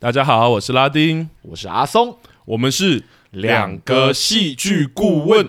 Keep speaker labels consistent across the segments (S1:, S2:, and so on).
S1: 大家好，我是拉丁，
S2: 我是阿松，
S1: 我们是两个戏剧顾问。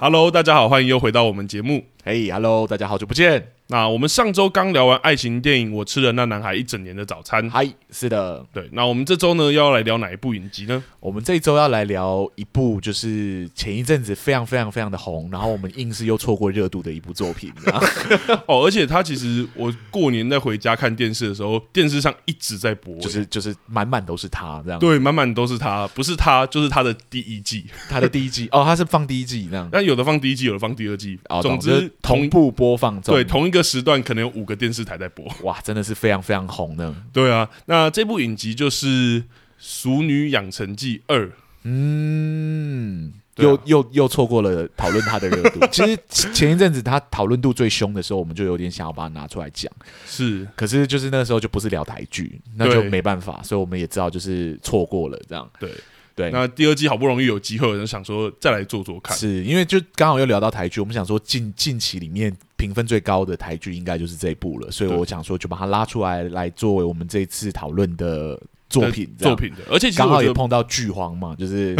S1: Hello，大家好，欢迎又回到我们节目。
S2: 嘿、hey,，Hello，大家好久不见。
S1: 那我们上周刚聊完爱情电影《我吃了那男孩一整年的早餐》，
S2: 嗨，是的，
S1: 对。那我们这周呢要来聊哪一部影集呢？
S2: 我们这一周要来聊一部，就是前一阵子非常非常非常的红，然后我们硬是又错过热度的一部作品。
S1: 哦，而且它其实我过年在回家看电视的时候，电视上一直在播，欸
S2: 就是就是满满都是它这样。
S1: 对，满满都是它，不是它就是它的第一季，
S2: 它的第一季哦，它是放第一季那样。
S1: 那有的放第一季，有的放第二季，
S2: 哦、
S1: 总
S2: 之、就是、同步播放中。
S1: 对，同一个。这时段可能有五个电视台在播，
S2: 哇，真的是非常非常红呢。
S1: 对啊，那这部影集就是《熟女养成记二》。
S2: 嗯，啊、又又又错过了讨论它的热度。其实前一阵子它讨论度最凶的时候，我们就有点想要把它拿出来讲。
S1: 是，
S2: 可是就是那时候就不是聊台剧，那就没办法，所以我们也知道就是错过了这样。
S1: 对。
S2: 对，
S1: 那第二季好不容易有机会，人想说再来做做看，
S2: 是因为就刚好又聊到台剧，我们想说近近期里面评分最高的台剧应该就是这一部了，所以我想说就把它拉出来来作为我们这一次讨论的作品
S1: 呃作品的，而且
S2: 刚好也碰到剧荒嘛，就是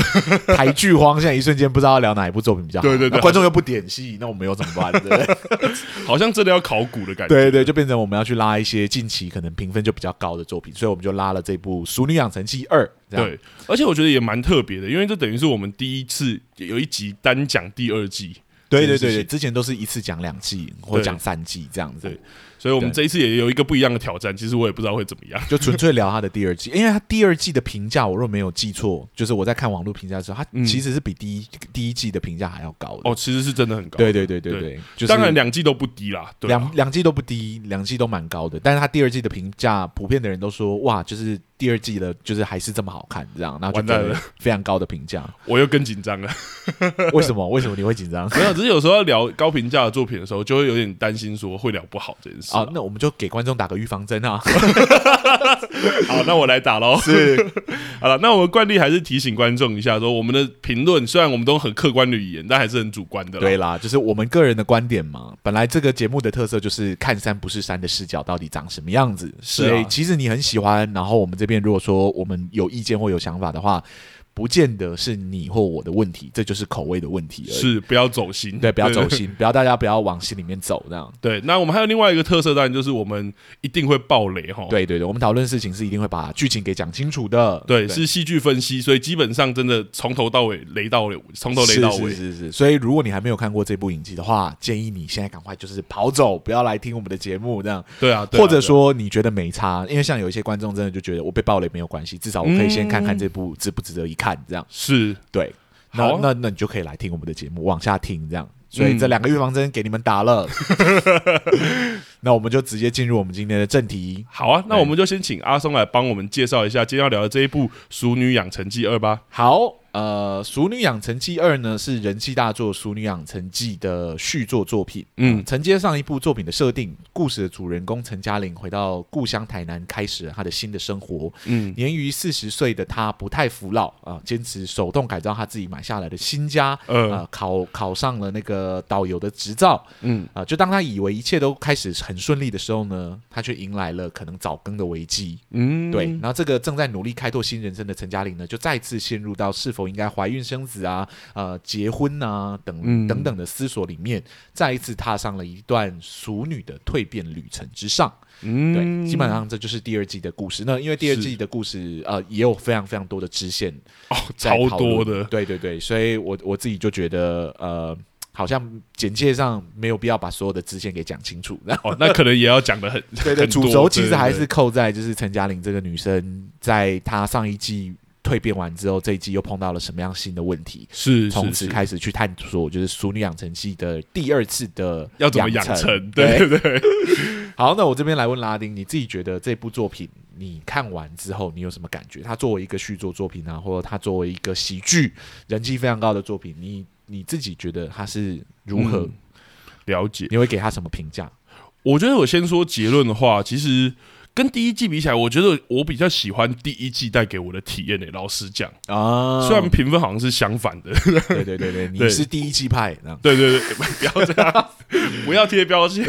S2: 台剧荒，现在一瞬间不知道要聊哪一部作品比较好，
S1: 对对对，
S2: 观众又不点戏，那我们又怎么办？ 对，
S1: 好像真的要考古的感觉，
S2: 对对，就变成我们要去拉一些近期可能评分就比较高的作品，所以我们就拉了这部《熟女养成记二》。
S1: 对，而且我觉得也蛮特别的，因为这等于是我们第一次有一集单讲第二季。
S2: 对对对对，之前都是一次讲两季或讲三季这样子。
S1: 对，所以我们这一次也有一个不一样的挑战。其实我也不知道会怎么样，
S2: 就纯粹聊他的第二季， 因为他第二季的评价，我若没有记错，就是我在看网络评价的时候，它其实是比第一、嗯、第一季的评价还要高的。
S1: 哦，其实是真的很高。
S2: 对对对对对，就是
S1: 当然两季都不低啦，对
S2: 两两季都不低，两季都蛮高的。但是他第二季的评价，普遍的人都说哇，就是。第二季的，就是还是这么好看，这样，然后就得非常高的评价，
S1: 我又更紧张 了。
S2: 为什么？为什么你会 紧张？
S1: 没有，只是有时候聊高评价的作品的时候，就会有点担心说会聊不好这件事
S2: 啊。那我们就给观众打个预防针啊。
S1: 好，那我来打喽。
S2: 是，
S1: 好了，那我们惯例还是提醒观众一下，说我们的评论虽然我们都很客观的语言，但还是很主观的。
S2: 对啦，就是我们个人的观点嘛。本来这个节目的特色就是看山不是山的视角到底长什么样子。
S1: 是、啊，
S2: 其实你很喜欢，然后我们这。便如果说我们有意见或有想法的话，不见得是你或我的问题，这就是口味的问题而已。
S1: 是不要走心，
S2: 对，不要走 心，不要大家不要往心里面走这样。
S1: 对，那我们还有另外一个特色，当然就是我们一定会爆雷哈。
S2: 对对对，我们讨论事情是一定会把剧情给讲清楚的。
S1: 对，对是戏剧分析，所以基本上真的从头到尾雷到尾，从头雷到尾。
S2: 是是是是。所以如果你还没有看过这部影集的话，建议你现在赶快就是跑走，不要来听我们的节目这样。
S1: 对啊，对
S2: 啊或者说你觉得没差，因为像有一些观众真的就觉得我被爆雷没有关系，至少我可以先看看这部值不值得一看。看这样
S1: 啊是
S2: 对，那、啊、那那你就可以来听我们的节目，往下听这样。所以这
S1: 嗯
S2: 两个预防针给你们打了，嗯、那我们就直接进入我们今天的正题。
S1: 好啊，那我们就先请阿松来帮我们介绍一下今天要聊的这一部《熟女养成记二》吧。
S2: 好，呃，《熟女养成记二》呢是人气大作《熟女养成记》的续作作品，嗯、呃，承接上一部作品的设定，故事的主人公陈嘉玲回到故乡台南，开始了她的新的生活。嗯，年逾四十岁的她不太服老啊、呃，坚持手动改造她自己买下来的新家，嗯、呃，考考上了那个。呃，导游的执照，嗯啊、呃，就当他以为一切都开始很顺利的时候呢，他却迎来了可能早更的危机，嗯，对。然后这个正在努力开拓新人生的陈嘉玲呢，就再次陷入到是否应该怀孕生子啊、呃结婚啊等、嗯、等等的思索里面，再一次踏上了一段熟女的蜕变旅程之上。嗯，对，基本上这就是第二季的故事。那因为第二季的故事，呃，也有非常非常多的支线
S1: 哦，超多的，
S2: 对对对，所以我我自己就觉得，呃。好像简介上没有必要把所有的支线给讲清楚，然 后、
S1: 哦、那可能也要讲的很
S2: 对对，
S1: 很
S2: 主轴其实还是扣在就是陈嘉玲这个女生，在她上一季蜕变完之后，这一季又碰到了什么样新的问题，
S1: 是
S2: 从此开始去探索就是《熟女养成记》的第二次的
S1: 要怎么养成，对对对。
S2: 好，那我这边来问拉丁，你自己觉得这部作品你看完之后，你有什么感觉？它作为一个续作作品啊，或者它作为一个喜剧人气非常高的作品，你？你自己觉得他是如何、嗯、
S1: 了解？
S2: 你会给他什么评价？
S1: 我觉得我先说结论的话，其实跟第一季比起来，我觉得我比较喜欢第一季带给我的体验诶、欸老实讲，
S2: 啊
S1: 虽 然评分好像是相反的，
S2: 对对对对，你
S1: 对
S2: 是第一季派，那
S1: 对对对，不要这样，不要贴标签。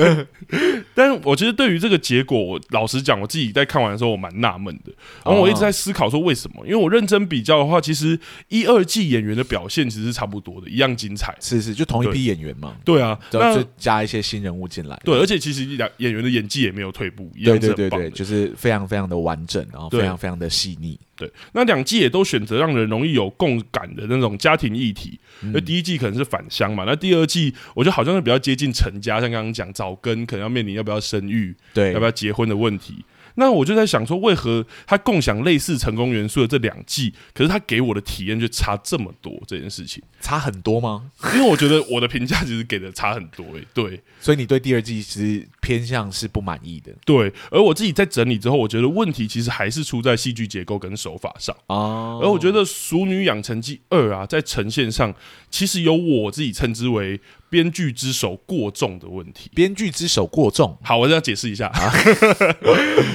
S1: 但是我其实对于这个结果，我老实讲，我自己在看完的时候，我蛮纳闷的。然后我一直在思考说为什么？因为我认真比较的话，其实一二季演员的表现其实是差不多的，一样精彩。
S2: 是是就同一批演员嘛，
S1: 对啊，
S2: 就
S1: 那
S2: 就加一些新人物进来，
S1: 对，而且其实演演员的演技也没有退步，一样
S2: 对
S1: 是
S2: 对
S1: 很
S2: 对
S1: 棒
S2: 对，
S1: 的。
S2: 就是非常非常的完整，然后
S1: 对
S2: 非常非常的细腻。
S1: 对，那两季也都选择让人容易有共感的那种家庭议题。那、第一季可能是返乡嘛，那第二季我觉得好像是比较接近成家，像刚刚讲早更，可能要面临要不要生育、
S2: 对
S1: 要不，要结婚的问题。那我就在想说，为何他共享类似成功元素的这两季，可是他给我的体验却差这么多这件事情？
S2: 差很多吗？
S1: 因为我觉得我的评价其实给的差很多诶、欸对
S2: 所以你对第二季其实偏向是不满意的
S1: 对。而我自己在整理之后，我觉得问题其实还是出在戏剧结构跟手法上。
S2: 哦
S1: 而我觉得《熟女养成记二》啊，在呈现上其实有我自己称之为编剧之手过重的问题。
S2: 编剧之手过重，
S1: 好，我这样解释一下。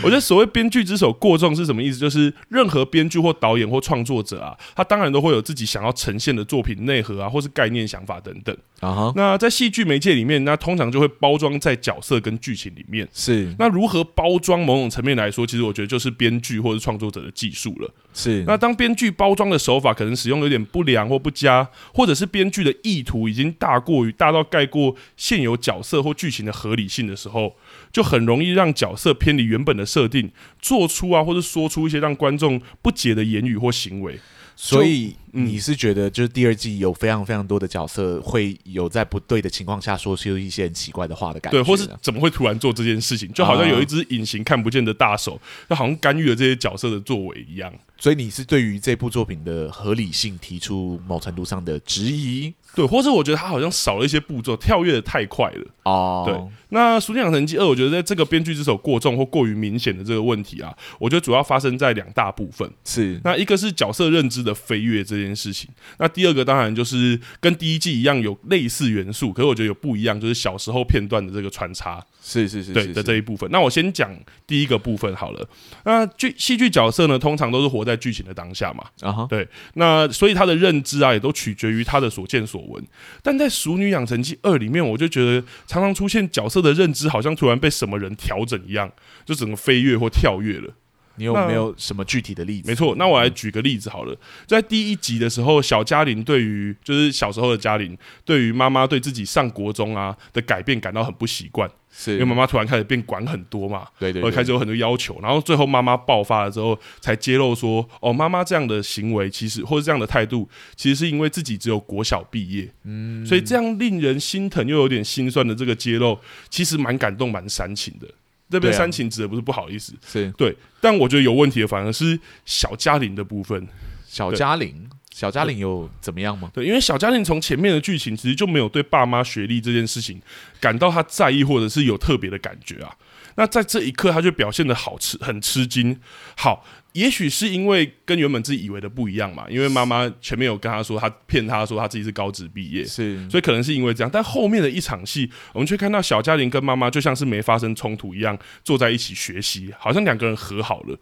S1: 我觉得所谓编剧之手过重是什么意思？就是任何编剧或导演或创作者啊，他当然都会有自己想要呈现的作品内核啊，或是概念、想法等等。
S2: 啊哈，
S1: 那在戏剧媒介里面，那通常就会包装在角色跟剧情里面。
S2: 是
S1: 那如何包装，某种层面来说，其实我觉得就是编剧或者创作者的技术了。
S2: 是
S1: 那当编剧包装的手法可能使用有点不良或不佳，或者是编剧的意图已经大过于大到盖过现有角色或剧情的合理性的时候，就很容易让角色偏离原本的设定，做出啊或者说出一些让观众不解的言语或行为。
S2: 所以
S1: 嗯
S2: 你是觉得就是第二季有非常非常多的角色会有在不对的情况下说出一些很奇怪的话的感觉
S1: 对，
S2: 啊，
S1: 或是怎么会突然做这件事情？就好像有一只隐形看不见的大手，就好像干预了这些角色的作为一样。
S2: 所以你是对于这部作品的合理性提出某程度上的质疑
S1: 对，或是我觉得他好像少了一些步骤，跳跃的太快了。
S2: 哦，
S1: 对那《熟女养成记二》，我觉得在这个编剧之手过重或过于明显的这个问题啊，我觉得主要发生在两大部分。
S2: 是
S1: 那一个是角色认知的飞跃这件事情，那第二个当然就是跟第一季一样有类似元素，可是我觉得有不一样，就是小时候片段的这个穿插，
S2: 是是是
S1: 对
S2: 是
S1: 的
S2: 是
S1: 这一部分。那我先讲第一个部分好了。那剧戏剧角色呢，通常都是活在剧情的当下嘛，
S2: 啊哈，
S1: 那所以他的认知啊，也都取决于他的所见所闻。但在《熟女养成记二》里面，我就觉得常常出现角色的认知好像突然被什么人调整一样，就整个飞跃或跳跃了。
S2: 你有
S1: 那
S2: 没有什么具体的例子？
S1: 没错，那我来举个例子好了。在第一集的时候，小嘉玲对于就是小时候的嘉玲，对于妈妈对自己上国中啊的改变感到很不习惯，
S2: 是
S1: 因为妈妈突然开始变管很多嘛，
S2: 对对
S1: 会
S2: 对
S1: 开始有很多要求，然后最后妈妈爆发了之后，才揭露说，哦，妈妈这样的行为其实哦或者这样的态度，其实是因为自己只有国小毕业，嗯，所以这样令人心疼又有点心酸的这个揭露，其实蛮感动蛮煽情的。这边
S2: 对啊
S1: 煽情指的不是不好意思，
S2: 是
S1: 对，但我觉得有问题的反而是小嘉玲的部分，
S2: 小嘉玲，小嘉玲有怎么样吗？
S1: 对，因为小嘉玲从前面的剧情其实就没有对爸妈学历这件事情感到她在意，或者是有特别的感觉啊。那在这一刻，她就表现的好吃，很吃惊。好，也许是因为跟原本自己以为的不一样嘛，因为妈妈前面有跟她说，她骗她说她自己是高职毕业，
S2: 是
S1: 所以可能是因为这样。但后面的一场戏，我们却看到小嘉玲跟妈妈就像是没发生冲突一样，坐在一起学习，好像两个人和好了。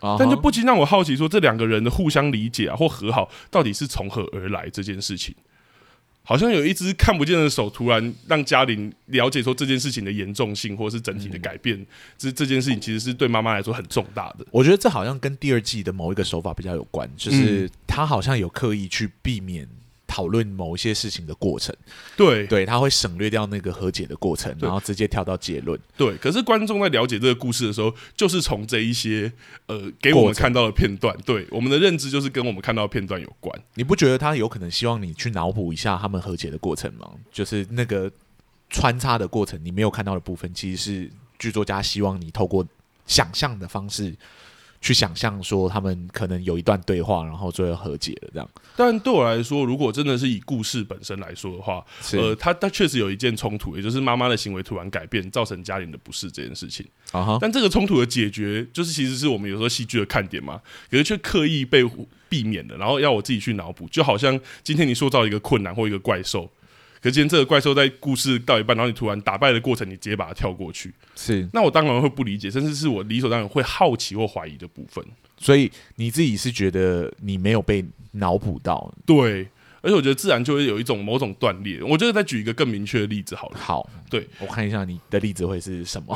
S2: 啊哈，
S1: 但就不禁让我好奇说，这两个人的互相理解啊或和好，到底是从何而来这件事情？好像有一只看不见的手，突然让嘉玲了解说这件事情的严重性，或者是整体的改变。这这件事情其实是对妈妈来说很重大的。
S2: 我觉得这好像跟第二季的某一个手法比较有关，就是他好像有刻意去避免讨论某一些事情的过程，
S1: 对
S2: 对，他会省略掉那个和解的过程，然后直接跳到结论。
S1: 对，可是观众在了解这个故事的时候，就是从这一些呃给我
S2: 过
S1: 们
S2: 程
S1: 看到的片段，对我们的认知就是跟我们看到的片段有关。
S2: 你不觉得他有可能希望你去脑补一下他们和解的过程吗？就是那个穿插的过程，你没有看到的部分，其实是剧作家希望你透过想象的方式去想象说他们可能有一段对话，然后最后和解了这样。
S1: 但对我来说，如果真的是以故事本身来说的话，
S2: 是
S1: 呃，他他确实有一件冲突，也就是妈妈的行为突然改变，造成家人的不适这件事情。
S2: 啊哈，
S1: 但这个冲突的解决，就是其实是我们有时候戏剧的看点嘛，可是却刻意被避免了，然后要我自己去脑补，就好像今天你塑造一个困难或一个怪兽。可今天这个怪兽在故事到一半，然后你突然打败的过程，你直接把它跳过去，
S2: 是，
S1: 那我当然会不理解，甚至是我理所当然会好奇或怀疑的部分。
S2: 所以你自己是觉得你没有被脑补到？
S1: 对，而且我觉得自然就会有一种某种断裂。我觉得再举一个更明确的例子好了，
S2: 好，
S1: 对
S2: 我看一下你的例子会是什 么？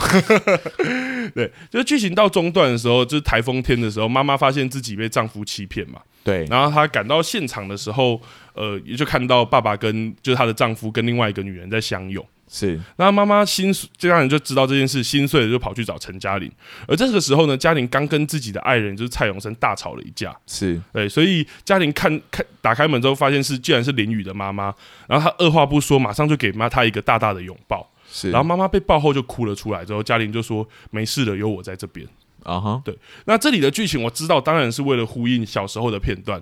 S1: 对，就是剧情到中段的时候，就是台风天的时候，妈妈发现自己被丈夫欺骗嘛，
S2: 对，
S1: 然后她赶到现场的时候，呃，也就看到爸爸跟就是她的丈夫跟另外一个女人在相拥。
S2: 是
S1: 那妈妈心碎这家人就知道这件事，心碎了就跑去找陈嘉玲。而这个时候呢，嘉玲刚跟自己的爱人就是蔡永生大吵了一架，
S2: 是，
S1: 对，所以嘉玲看 看打开门之后，发现是竟然是林雨的妈妈，然后她二话不说，马上就给妈她一个大大的拥抱。
S2: 是，
S1: 然后妈妈被抱后就哭了出来，之后嘉玲就说：“没事的，有我在这边。
S2: 啊哈，”
S1: 那这里的剧情我知道，当然是为了呼应小时候的片段。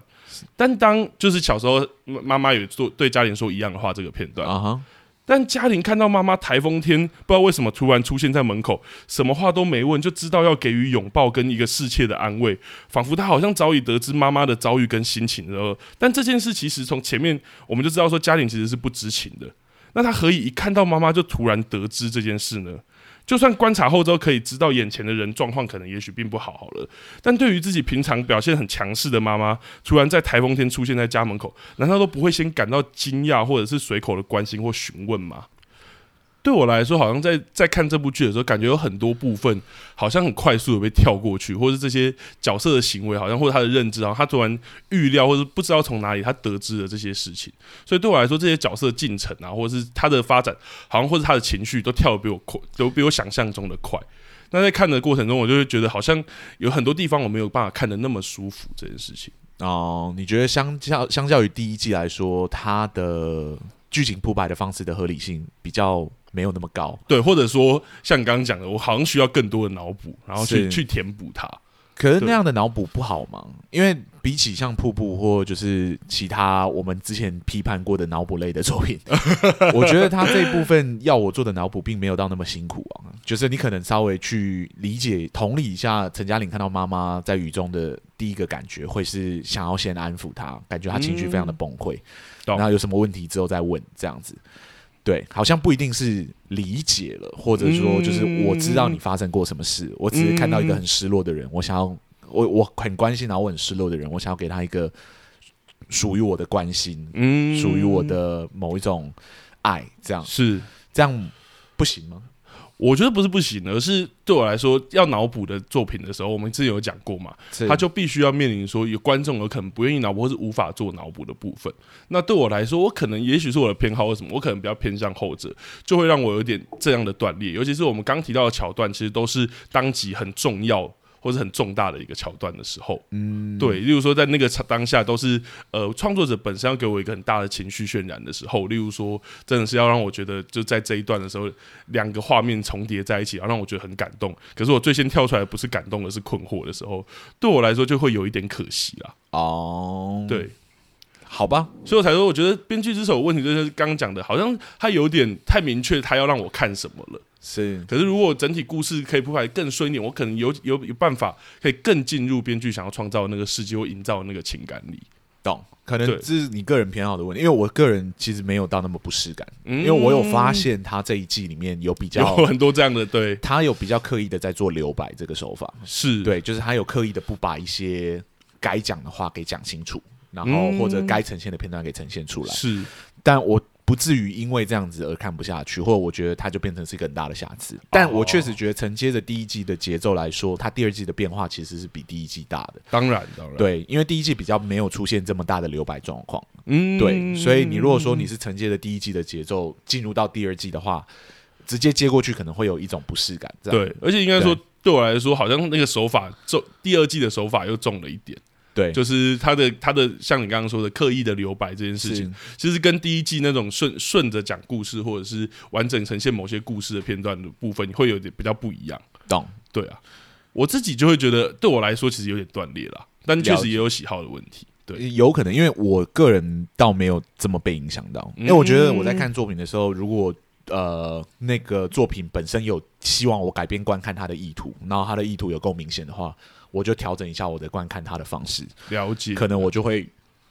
S1: 但当就是小时候妈妈妈有做对嘉玲说一样的话，这个片段，
S2: 啊哈，
S1: 但嘉玲看到妈妈台风天不知道为什么突然出现在门口，什么话都没问，就知道要给予拥抱跟一个侍妾的安慰，仿佛她好像早已得知妈妈的遭遇跟心情了。但这件事其实从前面我们就知道说嘉玲其实是不知情的，那她何以一看到妈妈就突然得知这件事呢？就算观察后之后可以知道眼前的人状况可能也许并不好好了，但对于自己平常表现很强势的妈妈，突然在台风天出现在家门口，难道都不会先感到惊讶，或者是随口的关心或询问吗？对我来说，好像在在看这部剧的时候，感觉有很多部分好像很快速的被跳过去，或是这些角色的行为，好像或者他的认知啊，他突然预料或是不知道从哪里他得知了这些事情，所以对我来说，这些角色的进程啊，或者是他的发展，好像或者他的情绪都跳得比我快，都比我想象中的快。那在看的过程中，我就会觉得好像有很多地方我没有办法看得那么舒服这件事情。
S2: 哦，你觉得相较相较于第一季来说，它的剧情铺排的方式的合理性比较没有那么高？
S1: 对，或者说像你刚刚讲的，我好像需要更多的脑补，然后去
S2: 是
S1: 去填补它。
S2: 可是那
S1: 对
S2: 样的脑补不好吗？因为比起像瀑布或就是其他我们之前批判过的脑补类的作品， 我觉得他这一部分要我做的脑补并没有到那么辛苦啊。就是你可能稍微去理解、同理一下陈嘉玲看到妈妈在雨中的第一个感觉，会是想要先安抚她，感觉她情绪非常的崩溃，
S1: 懂
S2: 然后有什么问题之后再问这样子。对，好像不一定是理解了，或者说就是我知道你发生过什么事，我只是看到一个很失落的人，我想要我我很关心，然后我很失落的人，我想要给他一个属于我的关心，
S1: 嗯
S2: 属于我的某一种爱，这样
S1: 是，
S2: 这样不行吗？
S1: 我觉得不是不行，而是对我来说，要脑补的作品的时候，我们之前有讲过嘛，他就必须要面临说有观众有可能不愿意脑补，或是无法做脑补的部分。那对我来说，我可能也许是我的偏好或什么，我可能比较偏向后者，就会让我有点这样的断裂。尤其是我们刚提到的桥段，其实都是当集很重要。或是很重大的一个桥段的时候，嗯，对，例如说在那个场当下都是呃创作者本身要给我一个很大的情绪渲染的时候，例如说真的是要让我觉得就在这一段的时候，两个画面重叠在一起，然后让我觉得很感动。可是我最先跳出来的不是感动，而是困惑的时候，对我来说就会有一点可惜啦。
S2: 哦，，
S1: 对，
S2: 好吧，
S1: 所以我才说，我觉得编剧之手的问题就是刚刚讲的，好像他有点太明确，他要让我看什么了。
S2: 是
S1: 可是如果整体故事可以铺排更顺一点，我可能有有有办法可以更进入编剧想要创造的那个世界或营造的那个情感里。
S2: 懂。可能
S1: 对
S2: 这是你个人偏好的问题，因为我个人其实没有到那么不适感，
S1: 嗯
S2: 因为我有发现他这一季里面有比较，
S1: 有很多这样的，对，
S2: 他有比较刻意的在做留白这个手法，
S1: 是，，
S2: 对，就是他有刻意的不把一些该讲的话给讲清楚，然后
S1: 嗯
S2: 或者该呈现的片段给呈现出来，
S1: 是，
S2: 但我不至于因为这样子而看不下去，或者我觉得它就变成是一个很大的瑕疵。但我确
S1: 哦
S2: 实觉得承接着第一季的节奏来说，它第二季的变化其实是比第一季大的。
S1: 当然，当然，，
S2: 对，因为第一季比较没有出现这么大的留白状况。
S1: 嗯
S2: 对，所以你如果说你是承接着第一季的节奏进入到第二季的话，直接接过去可能会有一种不适感。这样
S1: 对，而且应该说。对我来说，好像那个手法重，第二季的手法又重了一点，
S2: 对，
S1: 就是他的他的像你刚刚说的刻意的留白这件事情
S2: 是，
S1: 其实跟第一季那种顺顺着讲故事或者是完整呈现某些故事的片段的部分，会有点比较不一样。
S2: 懂。
S1: 对啊，我自己就会觉得对我来说其实有点断裂啦，但确
S2: 了
S1: 实
S2: 解
S1: 也有喜好的问题。对，
S2: 有可能，因为我个人倒没有这么被影响到，
S1: 嗯
S2: 因为我觉得我在看作品的时候，如果呃那个作品本身有希望我改变观看它的意图，然后它的意图
S1: 嗯
S2: 有够明显的话，我就调整一下我的观看它的方式，
S1: 了解。
S2: 可能我就会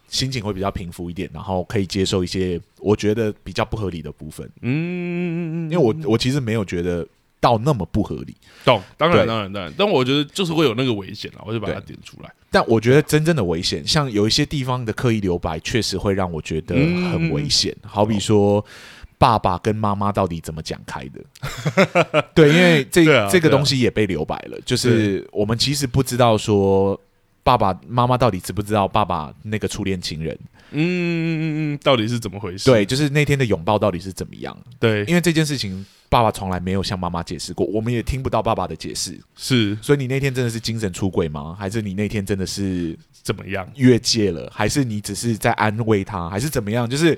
S2: 心情会比较平复一点，然后可以接受一些我觉得比较不合理的部分，
S1: 嗯，
S2: 因为我我其实没有觉得到那么不合理，
S1: 懂，当然
S2: 对
S1: 当然当然，但我觉得就是会有那个危险啦，我就把它
S2: 对
S1: 点出来。
S2: 但我觉得真正的危险，像有一些地方的刻意留白，确实会让我觉得很危险。
S1: 嗯
S2: 好比说，爸爸跟妈妈到底怎么讲开的？ 对，因为这、
S1: 对啊
S2: 这个
S1: 对啊
S2: 东西也被留白了，就是我们其实不知道说。爸爸妈妈到底知不知道爸爸那个初恋情人？
S1: 嗯，到底是怎么回事？
S2: 对，就是那天的拥抱到底是怎么样？
S1: 对，
S2: 因为这件事情，爸爸从来没有向妈妈解释过，我们也听不到爸爸的解释。
S1: 是
S2: 所以你那天真的是精神出轨吗？还是你那天真的是
S1: 怎么样？
S2: 越界了，还是你只是在安慰他，还是怎么样？就是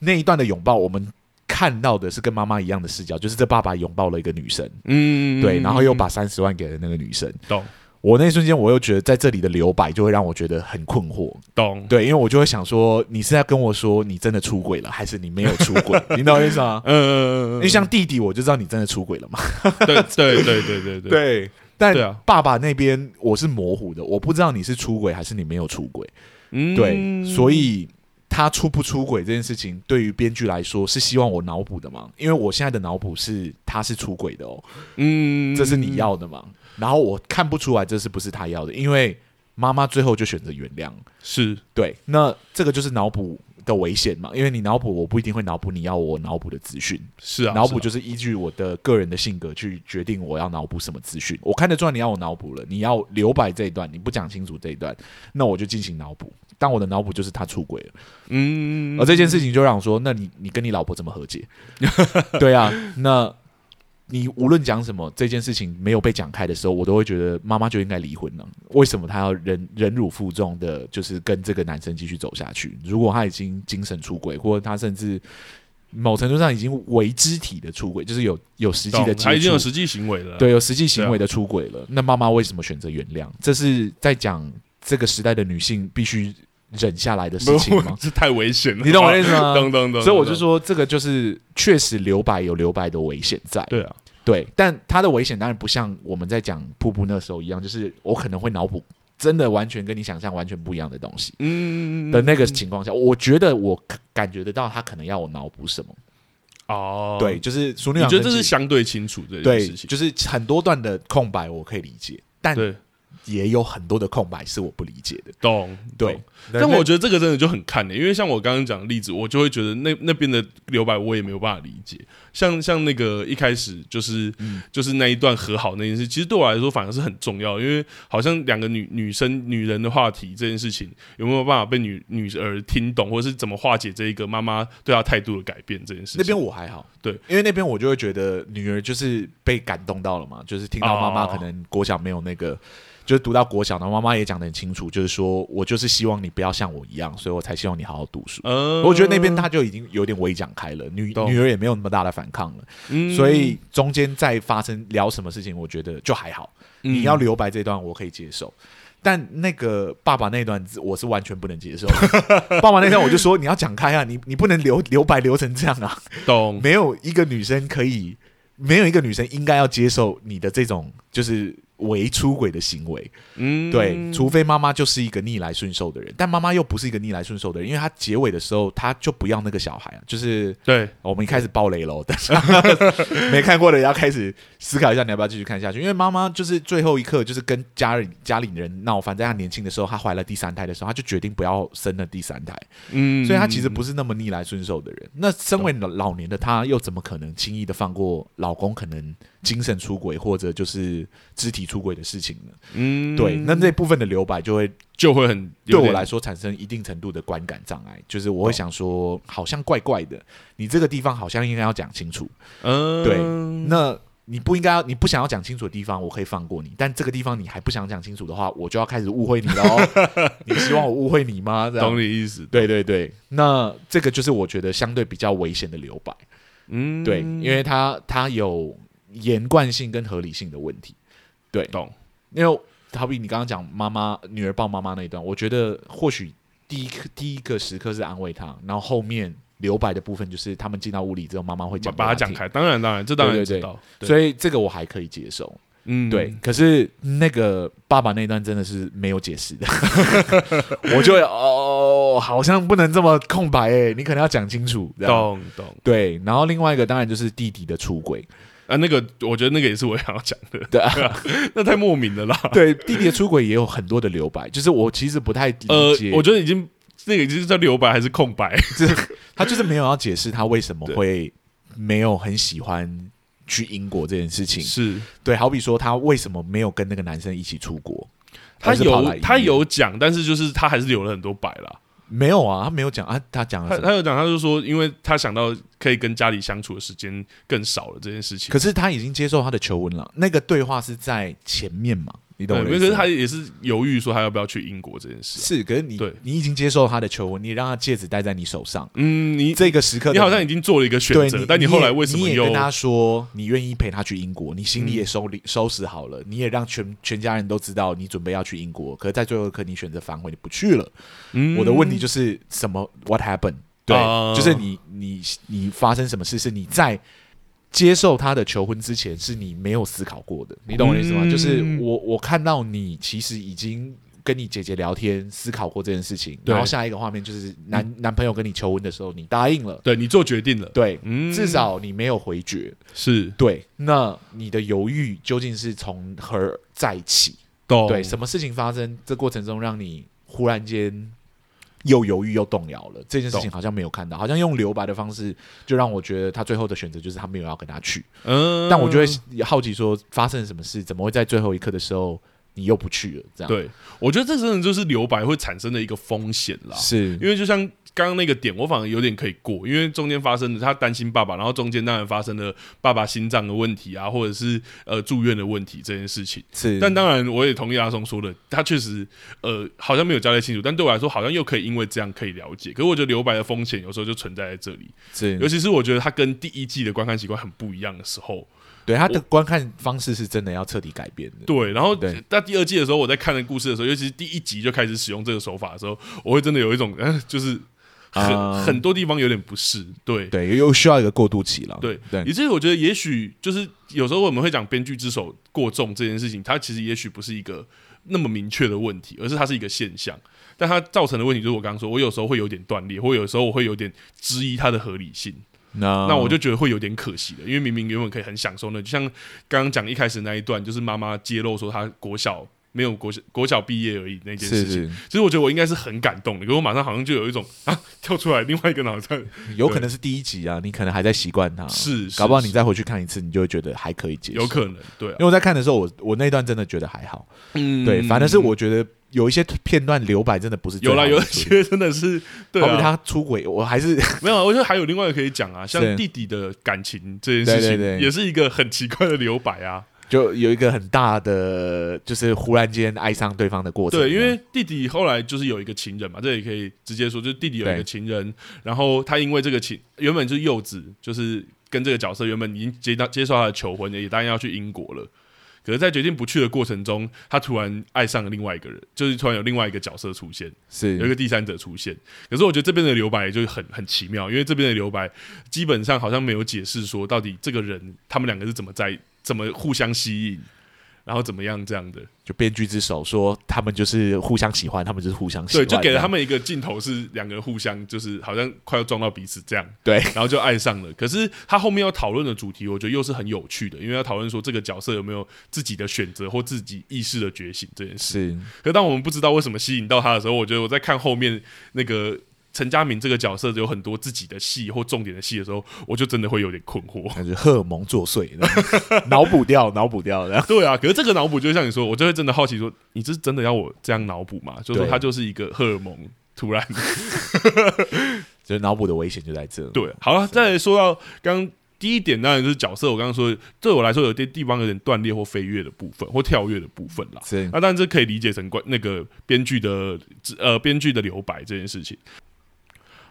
S2: 那一段的拥抱，我们看到的是跟妈妈一样的视角，就是这爸爸拥抱了一个女生，
S1: 嗯，
S2: 对，然后又把三十万给了那个女生。
S1: 懂
S2: 我那一瞬间，我又觉得在这里的留白就会让我觉得很困惑，
S1: 懂，
S2: 对，因为我就会想说，你是在跟我说你真的出轨了，还是你没有出 轨？你懂我意思吗？
S1: 嗯，
S2: 因为像弟弟，我就知道你真的出轨了嘛。
S1: 对对对对对对，
S2: 对，但
S1: 对啊
S2: 爸爸那边我是模糊的，我不知道你是出轨还是你没有出轨。
S1: 嗯
S2: 对，所以他出不出轨这件事情，对于编剧来说是希望我脑补的吗？因为我现在的脑补是他是出轨的哦，
S1: 嗯，
S2: 这是你要的吗？然后我看不出来这是不是他要的，因为妈妈最后就选择原谅。
S1: 是
S2: 对，那这个就是脑补的危险嘛，因为你脑补，我不一定会脑补你要我脑补的资讯，
S1: 是啊，
S2: 脑
S1: 是
S2: 补
S1: 啊
S2: 就是依据我的个人的性格去决定我要脑补什么资讯。我看得出来你要我脑补了，你要留白这一段，你不讲清楚这一段，那我就进行脑补。但我的脑补就是他出轨了。
S1: 嗯，
S2: 而这件事情就让我说，那你你跟你老婆怎么和解？ 对啊，那你无论讲什么，这件事情没有被讲开的时候，我都会觉得妈妈就应该离婚了。为什么她要忍忍辱负重的，就是跟这个男生继续走下去？如果她已经精神出轨，或者她甚至某程度上已经为肢体的出轨，就是有有实际的
S1: 懂，他
S2: 接
S1: 已经有
S2: 触。
S1: 实际啊行为了，
S2: 对，有实际行为的出轨了，那妈妈为什么选择原谅？这是在讲这个时代的女性必须忍下来的
S1: 不，
S2: 事情 吗？
S1: 这太危险了，
S2: 你懂我的意思吗？
S1: 懂懂懂，
S2: 所以我就
S1: 懂，
S2: 说，这个就是确实留白有留白的危险在，
S1: 对啊，
S2: 对但它的危险当然不像我们在讲瀑布那时候一样，就是我可能会脑补真的完全跟你想象完全不一样的东西
S1: 嗯
S2: 的那个情况下，我觉得我感觉得到他可能要我脑补什么，
S1: 哦，
S2: 对，，就是《熟女
S1: 你
S2: 养
S1: 觉
S2: 成
S1: 得这是
S2: 记
S1: 相对清楚这件
S2: 对，
S1: 事情，
S2: 就是很多段的空白我可以理解，但
S1: 对，
S2: 也有很多的空白是我不理解的，
S1: 懂，
S2: 对
S1: 懂。
S2: 那
S1: 但我觉得这个真的就很看欸的、因为像我刚刚讲的例子，我就会觉得那那边的留白我也没有办法理解。像像那个一开始就是、
S2: 嗯
S1: 就是那一段和好那件事，其实对我来说反而是很重要，因为好像两个女女生女人的话题这件事情有没有办法被女女儿听懂，或者是怎么化解这一个妈妈对她态度的改变这件事情。
S2: 那边我还好，
S1: 对，
S2: 因为那边我就会觉得女儿就是被感动到了嘛，就是听到妈
S1: 哦
S2: 妈可能国小没有那个，就是读到国小，然后妈妈也讲得很清楚，就是说我就是希望你不要像我一样，所以我才希望你好好读书。
S1: 呃，
S2: 我觉得那边他就已经有点围讲开了，女
S1: 懂
S2: 女儿也没有那么大的反抗了，
S1: 嗯
S2: 所以中间再发生聊什么事情，我觉得就还好。你要
S1: 嗯
S2: 留白这段，我可以接受。但那个爸爸那段，我是完全不能接受。 爸爸那段，我就说你要讲开啊，你你不能留留白留成这样啊。
S1: 懂
S2: 没有一个女生可以，没有一个女生应该要接受你的这种就是为出轨的行为。
S1: 嗯
S2: 对，除非妈妈就是一个逆来顺受的人，但妈妈又不是一个逆来顺受的人，因为她结尾的时候她就不要那个小孩啊，就是。
S1: 对
S2: 我们一开始爆雷喽，但是没看过的也要开始思考一下，你要不要继续看下去？因为妈妈就是最后一刻，就是跟家人家里人闹翻，在她年轻的时候，她怀了第三胎的时候，她就决定不要生了第三胎。
S1: 嗯，
S2: 所以他其实不是那么逆来顺受的人。那身为老老年的他，又怎么可能轻易的放过老公可能精神出轨或者就是肢体出轨的事情呢？
S1: 嗯
S2: 对，那那部分的留白就会
S1: 就会很
S2: 对我
S1: 来。
S2: 来说产生一定程度的观感障碍，就是我会想说，好像怪怪的，你这个地方好像应该要讲清楚。
S1: 嗯，
S2: 对那你不应该要，你不想要讲清楚的地方，我可以放过你；但这个地方你还不想讲清楚的话，我就要开始误会你 了哦。你希望我误会你吗？这样
S1: 懂你意思。
S2: 对对对，那这个就是我觉得相对比较危险的留白，
S1: 嗯，
S2: 对，因为它它有连贯性跟合理性的问题，对，
S1: 懂，
S2: 因为好比你刚刚讲妈妈女儿抱妈妈那一段，我觉得或许第一刻第一个时刻是安慰她，然后后面留白的部分就是他们进到屋里之后，妈妈会
S1: 把
S2: 讲
S1: 把它
S2: 她
S1: 讲
S2: 听，
S1: 开，当然当然，这当然
S2: 对对
S1: 知
S2: 对
S1: 道。对
S2: 所以这个我还可以接受，
S1: 嗯，
S2: 对，可是那个爸爸那一段真的是没有解释 的，我就哦，好像不能这么空白哎、你可能要讲清楚。这样
S1: 懂懂
S2: 对，然后另外一个当然就是弟弟的出轨，
S1: 啊，那个我觉得那个也是我想要讲的，
S2: 对啊
S1: 那太莫名了啦。
S2: 对，弟弟的出轨也有很多的留白，就是我其实不太
S1: 呃
S2: 理解，，
S1: 我觉得已经那个已经是叫留白还是空白？
S2: 他就是没有要解释他为什么会没有很喜欢去英国这件事 情。
S1: 是
S2: 对，好比说他为什么没有跟那个男生一起出国，
S1: 他
S2: 而是跑来
S1: 有
S2: 英
S1: 他
S2: 国
S1: 有讲，但是就是他还是留了很多白啦。
S2: 没有啊？他没有讲啊，他讲了
S1: 他
S2: 什么？
S1: 他有讲，他就说，因为他想到可以跟家里相处的时间更少了这件事情。
S2: 可是他已经接受他的求婚了，那个对话是在前面嘛？你懂
S1: 对，
S2: 我的
S1: 可
S2: 意思
S1: 是
S2: 吗？
S1: 他也是犹豫说他要不要去英国这件事啊。
S2: 是，可是你
S1: 对
S2: 你已经接受他的求婚，你让他戒指戴在你手上，
S1: 嗯，你
S2: 这个时刻的
S1: 你好像已经做了一个选
S2: 对
S1: 择
S2: 你，
S1: 但你
S2: 你
S1: 后
S2: 也
S1: 来为什么
S2: 你也
S1: 又嗯
S2: 跟他说你愿意陪他去英国，你行李也收理、收拾好了，你也让全全家人都知道你准备要去英国，可是在最后一刻你选择反悔，你不去了。
S1: 嗯
S2: 我的问题就是什么？What happened？对，
S1: 啊
S2: 就是你你你发生什么事是你在。接受他的求婚之前，是你没有思考过的，你懂我的意思吗？
S1: 嗯
S2: 就是我我看到你其实已经跟你姐姐聊天，思考过这件事情，
S1: 对嗯
S2: 然后下一个画面就是男、男朋友跟你求婚的时候，你答应了，
S1: 对你做决定了，
S2: 对，
S1: 嗯
S2: 至少你没有回绝。
S1: 是
S2: 对，那你的犹豫究竟是从何而在起？
S1: 懂
S2: 对，什么事情发生？这过程中让你忽然间又犹豫又动摇了，这件事情好像没有看到，好像用留白的方式，就让我觉得他最后的选择就是他没有要跟他去。
S1: 嗯，
S2: 但我就会好奇说，发生了什么事？怎么会在最后一刻的时候你又不去了？这样
S1: 对，我觉得这真的就是留白会产生的一个风险啦。
S2: 是
S1: 因为就像刚刚那个点，我反而有点可以过，因为中间发生的他担心爸爸，然后中间当然发生了爸爸心脏的问题啊，或者是呃住院的问题这件事情。
S2: 是，
S1: 但当然，我也同意阿松说的，他确实呃好像没有交代清楚，但对我来说好像又可以因为这样可以了解。可是我觉得留白的风险有时候就存在在这里，
S2: 是
S1: 尤其是我觉得他跟第一季的观看习惯很不一样的时候，
S2: 对他的观看方式是真的要彻底改变的。
S1: 对，然后
S2: 对
S1: 在第二季的时候，我在看的故事的时候，尤其是第一集就开始使用这个手法的时候，我会真的有一种，呃、就是很、
S2: 啊
S1: 很多地方有点不适，对。
S2: 对，又又需要一个过渡期了。
S1: 对
S2: 对，
S1: 以至于我觉得，也许就是有时候我们会讲编剧之手过重这件事情，它其实也许不是一个那么明确的问题，而是它是一个现象。但它造成的问题就是我刚刚说，我有时候会有点断裂，或有时候我会有点质疑它的合理性。
S2: 那
S1: 那我就觉得会有点可惜了，因为明明原本可以很享受呢，就像刚刚讲一开始那一段，就是妈妈揭露说她国小没有国小国小毕业而已那件事
S2: 是
S1: 情。
S2: 是
S1: 其实我觉得我应该是很感动的，可我马上好像就有一种啊跳出来另外一个脑袋，
S2: 有
S1: 对
S2: 可能是第一集啊，你可能还在习惯它，
S1: 是是
S2: 啊搞不好你
S1: 是
S2: 再回去看一次，你就会觉得还可以接受。
S1: 有可能对、
S2: 因
S1: 啊，
S2: 为我在看的时候，我我那一段真的觉得还好，
S1: 嗯
S2: 对，反正是我觉得有一些片段留白真的不是最
S1: 有啦，
S2: 好
S1: 有
S2: 的
S1: 一
S2: 处理
S1: 些真的 是对
S2: 好比
S1: 啊，
S2: 他出轨，我还是
S1: 没有啊，我觉得还有另外一个可以讲啊，像
S2: 是
S1: 弟弟的感情这件事
S2: 对对
S1: 情，
S2: 对
S1: 也是一个很奇怪的留白啊。
S2: 就有一个很大的，就是忽然间爱上对方的过程。
S1: 对，因为弟弟后来就是有一个情人嘛，这也可以直接说，就是弟弟有一个
S2: 对
S1: 情人，然后他因为这个情，原本就是幼子，就是跟这个角色原本已经接到接受他的求婚，也答应要去英国了。可是，在决定不去的过程中，他突然爱上了另外一个人，就是突然有另外一个角色出现，有一
S2: 是
S1: 个第三者出现。可是，我觉得这边的留白就是很很奇妙，因为这边的留白基本上好像没有解释说到底这个人他们两个是怎么在怎么互相吸引，然后怎么样这样的。
S2: 就编剧之手说他们就是互相喜欢，他们就是互相喜
S1: 对，
S2: 欢，
S1: 就给了他
S2: 们
S1: 们一个镜头，是两个人互相就是好像快要撞到彼此这样，
S2: 对
S1: 然后就爱上了。可是他后面要讨论的主题，我觉得又是很有趣的，因为要讨论说这个角色有没有自己的选择或自己意识的觉醒这件事。
S2: 是
S1: 可当我们不知道为什么吸引到他的时候，我觉得我在看后面那个陈佳明这个角色有很多自己的戏或重点的戏的时候，我就真的会有点困惑。
S2: 感觉荷尔蒙作祟，这样脑补掉，脑补掉，然后
S1: 对啊，可是这个脑补就像你说，我就会真的好奇说，你这是真的要我这样脑补吗？就说
S2: 对
S1: 他就是一个荷尔蒙突然
S2: 就是脑补的危险就在这。
S1: 对，好了，再来说到刚刚第一点，当然就是角色。我刚刚说，对我来说有些地方有点断裂或飞跃的部分，或跳跃的部分啦。
S2: 是
S1: 那当然这可以理解成关那个编剧的呃编剧的留白这件事情。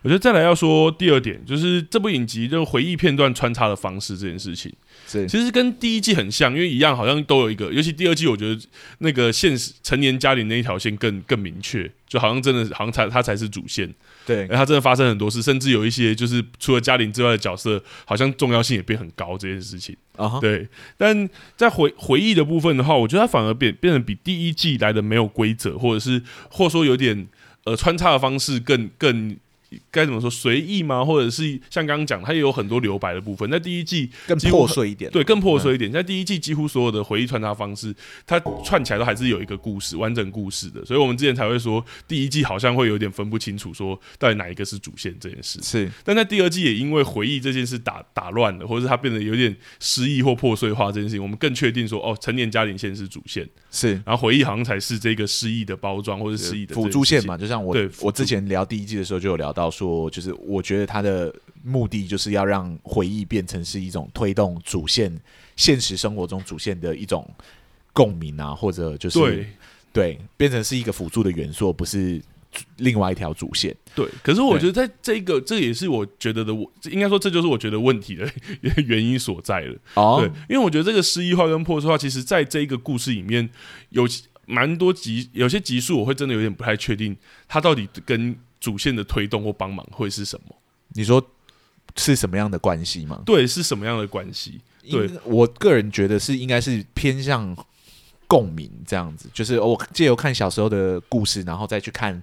S1: 我觉得再来要说第二点，就是这部影集就回忆片段穿插的方式这件事情，
S2: 是
S1: 其实跟第一季很像，因为一样好像都有一个，尤其第二季，我觉得那个现实成年家庭那一条线更更明确，就好像真的好像才它才是主线。
S2: 对
S1: 哎，他真的发生很多事，甚至有一些就是除了嘉玲之外的角色，好像重要性也变很高这件事情。
S2: 啊哈，
S1: 对，但在回回忆的部分的话，我觉得它反而变变得比第一季来的没有规则，或者是或者说有点呃穿插的方式更更该怎么说随意吗？或者是像刚刚讲，它也有很多留白的部分。在第一季
S2: 更
S1: 几乎
S2: 破碎一点。
S1: 对，更破
S2: 嗯
S1: 碎一点。在第一季，几乎所有的回忆穿插方式，它串起来都还是有一个故事，完整故事的。所以我们之前才会说，第一季好像会有点分不清楚，说到底哪一个是主线这件事。
S2: 是
S1: 但在第二季也因为回忆这件事打打乱了，或者是它变得有点失忆或破碎化这件事情，我们更确定说，哦，成年家庭线是主线，
S2: 是
S1: 然后回忆好像才是这个失忆的包装或者失忆的这
S2: 辅
S1: 件
S2: 助线
S1: 事情。
S2: 嘛，就像我
S1: 对辅助
S2: 我之前聊第一季的时候就有聊到说，就是我觉得它的目的就是要让回忆变成是一种推动主线现实生活中主线的一种共鸣啊，或者就是
S1: 对
S2: 对变成是一个辅助的元素，不是另外一条主线。
S1: 对，可是我觉得在这个，这也是我觉得的，我应该说这就是我觉得问题的 原因所在了。
S2: 哦
S1: 对，，因为我觉得这个失忆化跟破碎化，其实在这一个故事里面有蛮多集，有些集数我会真的有点不太确定，它到底跟主线的推动或帮忙会是什么，
S2: 你说是什么样的关系吗？
S1: 对，是什么样的关系？对
S2: 因，我个人觉得是应该是偏向共鸣这样子，就是哦我借由看小时候的故事，然后再去看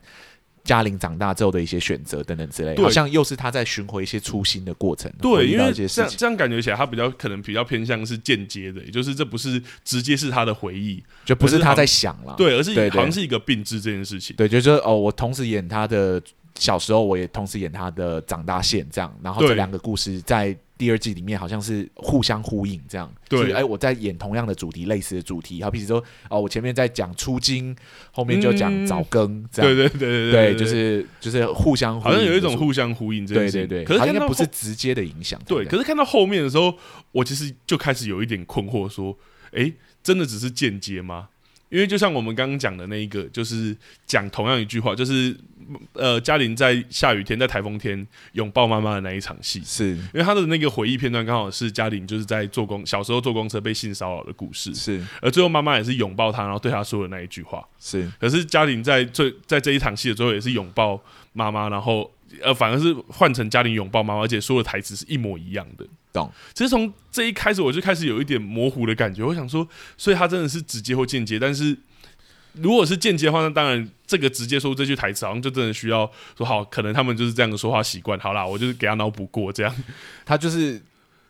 S2: 嘉玲长大之后的一些选择等等之类，
S1: 对
S2: 好像又是她在寻回一些初心的过程，回
S1: 对，
S2: 忆
S1: 因
S2: 到
S1: 为
S2: 一些
S1: 这
S2: 事
S1: 样
S2: 情，
S1: 这样感觉起来，它比较可能比较偏向是间接的，也就是这不是直接是他的回忆，
S2: 就不是
S1: 可是
S2: 她
S1: 好
S2: 在想了，
S1: 对，而是
S2: 啊对对
S1: 好像是一个并置这件事情。
S2: 对，就是哦，我同时演她的小时候，我也同时演她的长大线这样，然后这
S1: 对
S2: 两个故事在。第二季里面好像是互相呼应，这样
S1: 对
S2: 就是哎，我在演同样的主题，类似的主题，好，比如说哦，我前面在讲出金，后面就讲
S1: 嗯
S2: 早更，这样
S1: 对对对对
S2: 对，就是就是互相呼
S1: 好像有一
S2: 应
S1: 种
S2: 的
S1: 互相呼应这件
S2: 对
S1: 事
S2: 对
S1: 情。
S2: 对，
S1: 可是
S2: 好
S1: 看
S2: 像
S1: 到
S2: 不
S1: 后
S2: 是直接的影响，
S1: 对，
S2: 不
S1: 可是看到后面的时候，我其实就开始有一点困惑，说，诶，真的只是间接吗？因为就像我们刚刚讲的那一个，就是讲同样一句话，就是呃，嘉玲在下雨天、在台风天拥抱妈妈的那一场戏，
S2: 是
S1: 因为她的那个回忆片段刚好是嘉玲就是在坐公小时候坐公车被性骚扰的故事，
S2: 是
S1: 而最后妈妈也是拥抱她，然后对她说的那一句话。
S2: 是
S1: 可是嘉玲在最在这一场戏的最后也是拥抱妈妈，然后呃，反而是换成嘉玲拥抱妈妈，而且说的台词是一模一样的。
S2: 懂？
S1: 其实从这一开始我就开始有一点模糊的感觉，我想说，所以他真的是直接或间接，但是。如果是间接的话，那当然这个直接说这句台词，好像就真的需要说好，可能他们就是这样的说话习惯。好啦，我就是给他脑补过这样，
S2: 他就是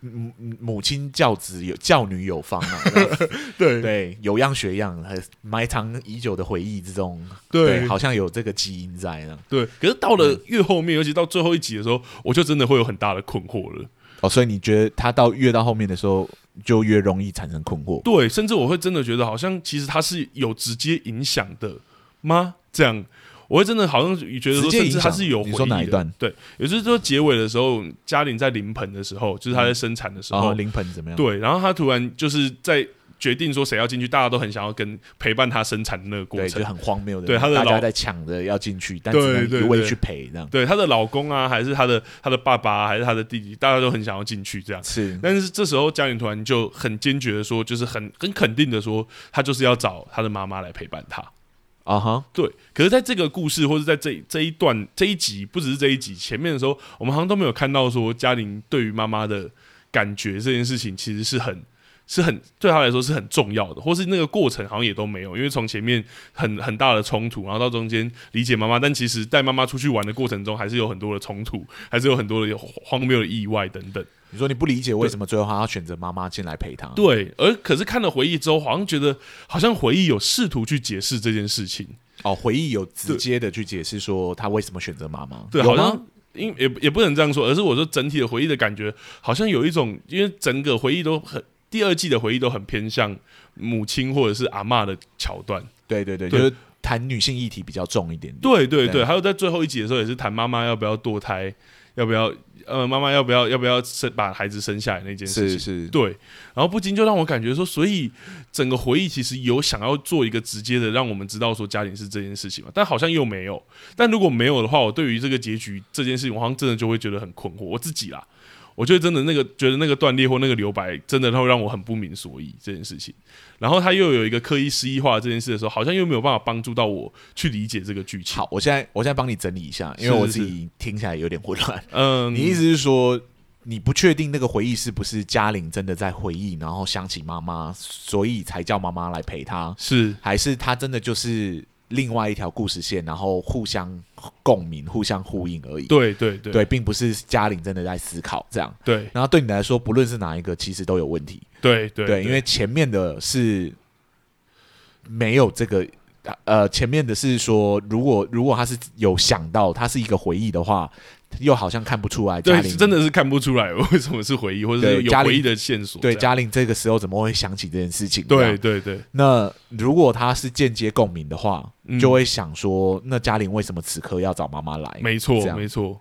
S2: 母母亲教子有教女有方啊，
S1: 对
S2: 对，有样学样，还埋藏已久的回忆之中，
S1: 对
S2: 好像有这个基因在呢。
S1: 对。可是到了越后面，尤其到最后一集的时候，我就真的会有很大的困惑了。
S2: 哦，所以你觉得他到越到后面的时候，就越容易产生困惑？
S1: 对，甚至我会真的觉得，好像其实它是有直接影响的吗？这样，我会真的好像觉得
S2: 直
S1: 说，
S2: 接
S1: 甚
S2: 影
S1: 至它
S2: 响
S1: 是有回
S2: 你
S1: 忆
S2: 说哪一
S1: 的
S2: 段？
S1: 对，也就是说结尾的时候，嘉玲在临盆的时候，就是她在生产的时
S2: 然
S1: 候，
S2: 后嗯哦临盆怎么样？
S1: 对，然后她突然就是在决定说谁要进去，大家都很想要跟陪伴她生产的那个过
S2: 对，
S1: 程
S2: 就。很荒谬的，
S1: 对他的
S2: 大家
S1: 老
S2: 在抢着要进去，但
S1: 对
S2: 只能
S1: 对
S2: 一味
S1: 对
S2: 去陪这样。
S1: 对她的老公啊，还是她的她的爸爸、啊，还是她的弟弟，大家都很想要进去这样。
S2: 是，
S1: 但是这时候，嘉玲突然就很坚决的说，就是很很肯定的说，她就是要找她的妈妈来陪伴她。
S2: 啊哈，
S1: 对，可是在这个故事或者在这这一段这一集，不只是这一集前面的时候，我们好像都没有看到说嘉玲对于妈妈的感觉这件事情，其实是很是很对她来说是很重要的，或是那个过程好像也都没有，因为从前面很很大的冲突，然后到中间理解妈妈，但其实带妈妈出去玩的过程中，还是有很多的冲突，还是有很多的荒谬的意外等等。
S2: 你说你不理解为什么最后他要选择妈妈进来陪他？
S1: 对，而可是看了回忆之后，好像觉得好像回忆有试图去解释这件事情。
S2: 哦，回忆有直接的去解释说他为什么选择妈妈，
S1: 对，
S2: 有
S1: 好
S2: 吗
S1: 像因也也不能这样说，而是我说整体的回忆的感觉，好像有一种，因为整个回忆都很第二季的回忆都很偏向母亲或者是阿嬷的桥段。
S2: 对对对，就
S1: 对
S2: 是谈女性议题比较重一点点。
S1: 对对
S2: 对
S1: 对，还有在最后一集的时候也是谈妈妈要不要堕胎，要不要呃妈妈要不要要不要生把孩子生下来那件事情。
S2: 是，
S1: 对，然后不禁就让我感觉说，所以整个回忆其实有想要做一个直接的，让我们知道说家庭是这件事情嘛，但好像又没有。但如果没有的话，我对于这个结局这件事情，我好像真的就会觉得很困惑。我自己啦，我觉得真的那个觉得那个断裂或那个留白，真的会让我很不明所以这件事情。然后他又有一个刻意诗意化这件事的时候，好像又没有办法帮助到我去理解这个剧情。
S2: 好，我现在我现在帮你整理一下，因
S1: 是
S2: 为我
S1: 是
S2: 自己听起来有点混乱。
S1: 嗯，
S2: 你意思是说，你不确定那个回忆是不是嘉玲真的在回忆，然后想起妈妈，所以才叫妈妈来陪她，
S1: 是
S2: 还是她真的就是另外一条故事线，然后互相共鸣、互相呼应而已？
S1: 对对对
S2: 对，并不是嘉玲真的在思考这样。
S1: 对
S2: 然后对你来说，不论是哪一个，其实都有问题。
S1: 对对
S2: 对，因为前面的是没有这个，呃，前面的是说，如果如果他是有想到他是一个回忆的话，又好像看不出来嘉
S1: 对
S2: 玲
S1: 真的是看不出来为什么是回忆，或者
S2: 对
S1: 是有
S2: 嘉
S1: 回忆
S2: 玲
S1: 的线索这
S2: 对
S1: 样。
S2: 嘉玲这个时候怎么会想起这件事情？这
S1: 对
S2: 样，
S1: 对对，
S2: 那如果他是间接共鸣的话，
S1: 嗯
S2: 就会想说，那嘉玲为什么此刻要找妈妈来？
S1: 没错
S2: 这，样
S1: 没错。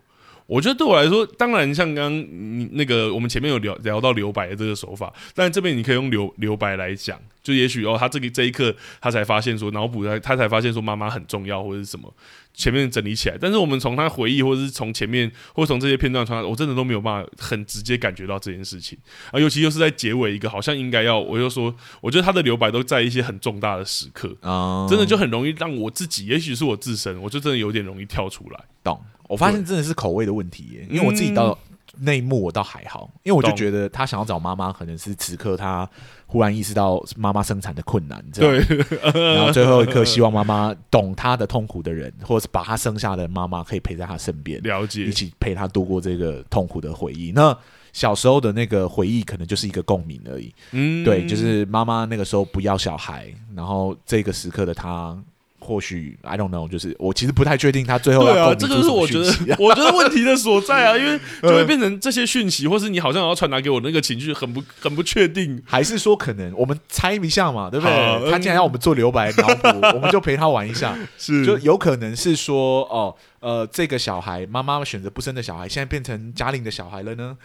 S1: 我觉得对我来说，当然像刚刚你那个，我们前面有聊聊到留白的这个手法，但这边你可以用留留白来讲，就也许哦，他这个这一刻他才发现说脑补他他才发现说妈妈很重要或者是什么，前面整理起来。但是我们从他回忆，或者是从前面，或者从这些片段穿，我真的都没有办法很直接感觉到这件事情啊，尤其又是在结尾一个好像应该要，我就说，我觉得他的留白都在一些很重大的时刻，
S2: 啊、
S1: 真的就很容易让我自己，也许是我自身，我就真的有点容易跳出来。
S2: 懂。我发现真的是口味的问题耶，因为我自己到那一幕我倒还好，因为我
S1: 嗯
S2: 就
S1: 懂
S2: 觉得他想要找妈妈，可能是此刻他忽然意识到妈妈生产的困难，这样，
S1: 对，
S2: 然后最后一刻希望妈妈懂他的痛苦的人，或者是把他生下的妈妈可以陪在他身边，
S1: 了
S2: 一
S1: 解，
S2: 起陪他度过这个痛苦的回忆。那小时候的那个回忆，可能就是一个共鸣而已。
S1: 嗯
S2: 对，就是妈妈那个时候不要小孩，然后这个时刻的他，或许 I don't know，就是我其实不太确定他最后
S1: 对
S2: 要
S1: 啊，
S2: 共
S1: 这
S2: 鸣
S1: 个是我
S2: 出什么
S1: 觉得
S2: 讯息啊嗯
S1: 我觉得问题的所在啊，因 为就会变成这些讯息，或是你好像要传达给我那个情绪很不很不确定，
S2: 还是说可能我们猜一下嘛，对不
S1: 好嗯
S2: 对？他既然要我们做留白脑补，我们就陪他玩一下，
S1: 是
S2: 就有可能是说哦，呃，这个小孩妈妈选择不生的小孩，现在变成嘉玲的小孩了呢？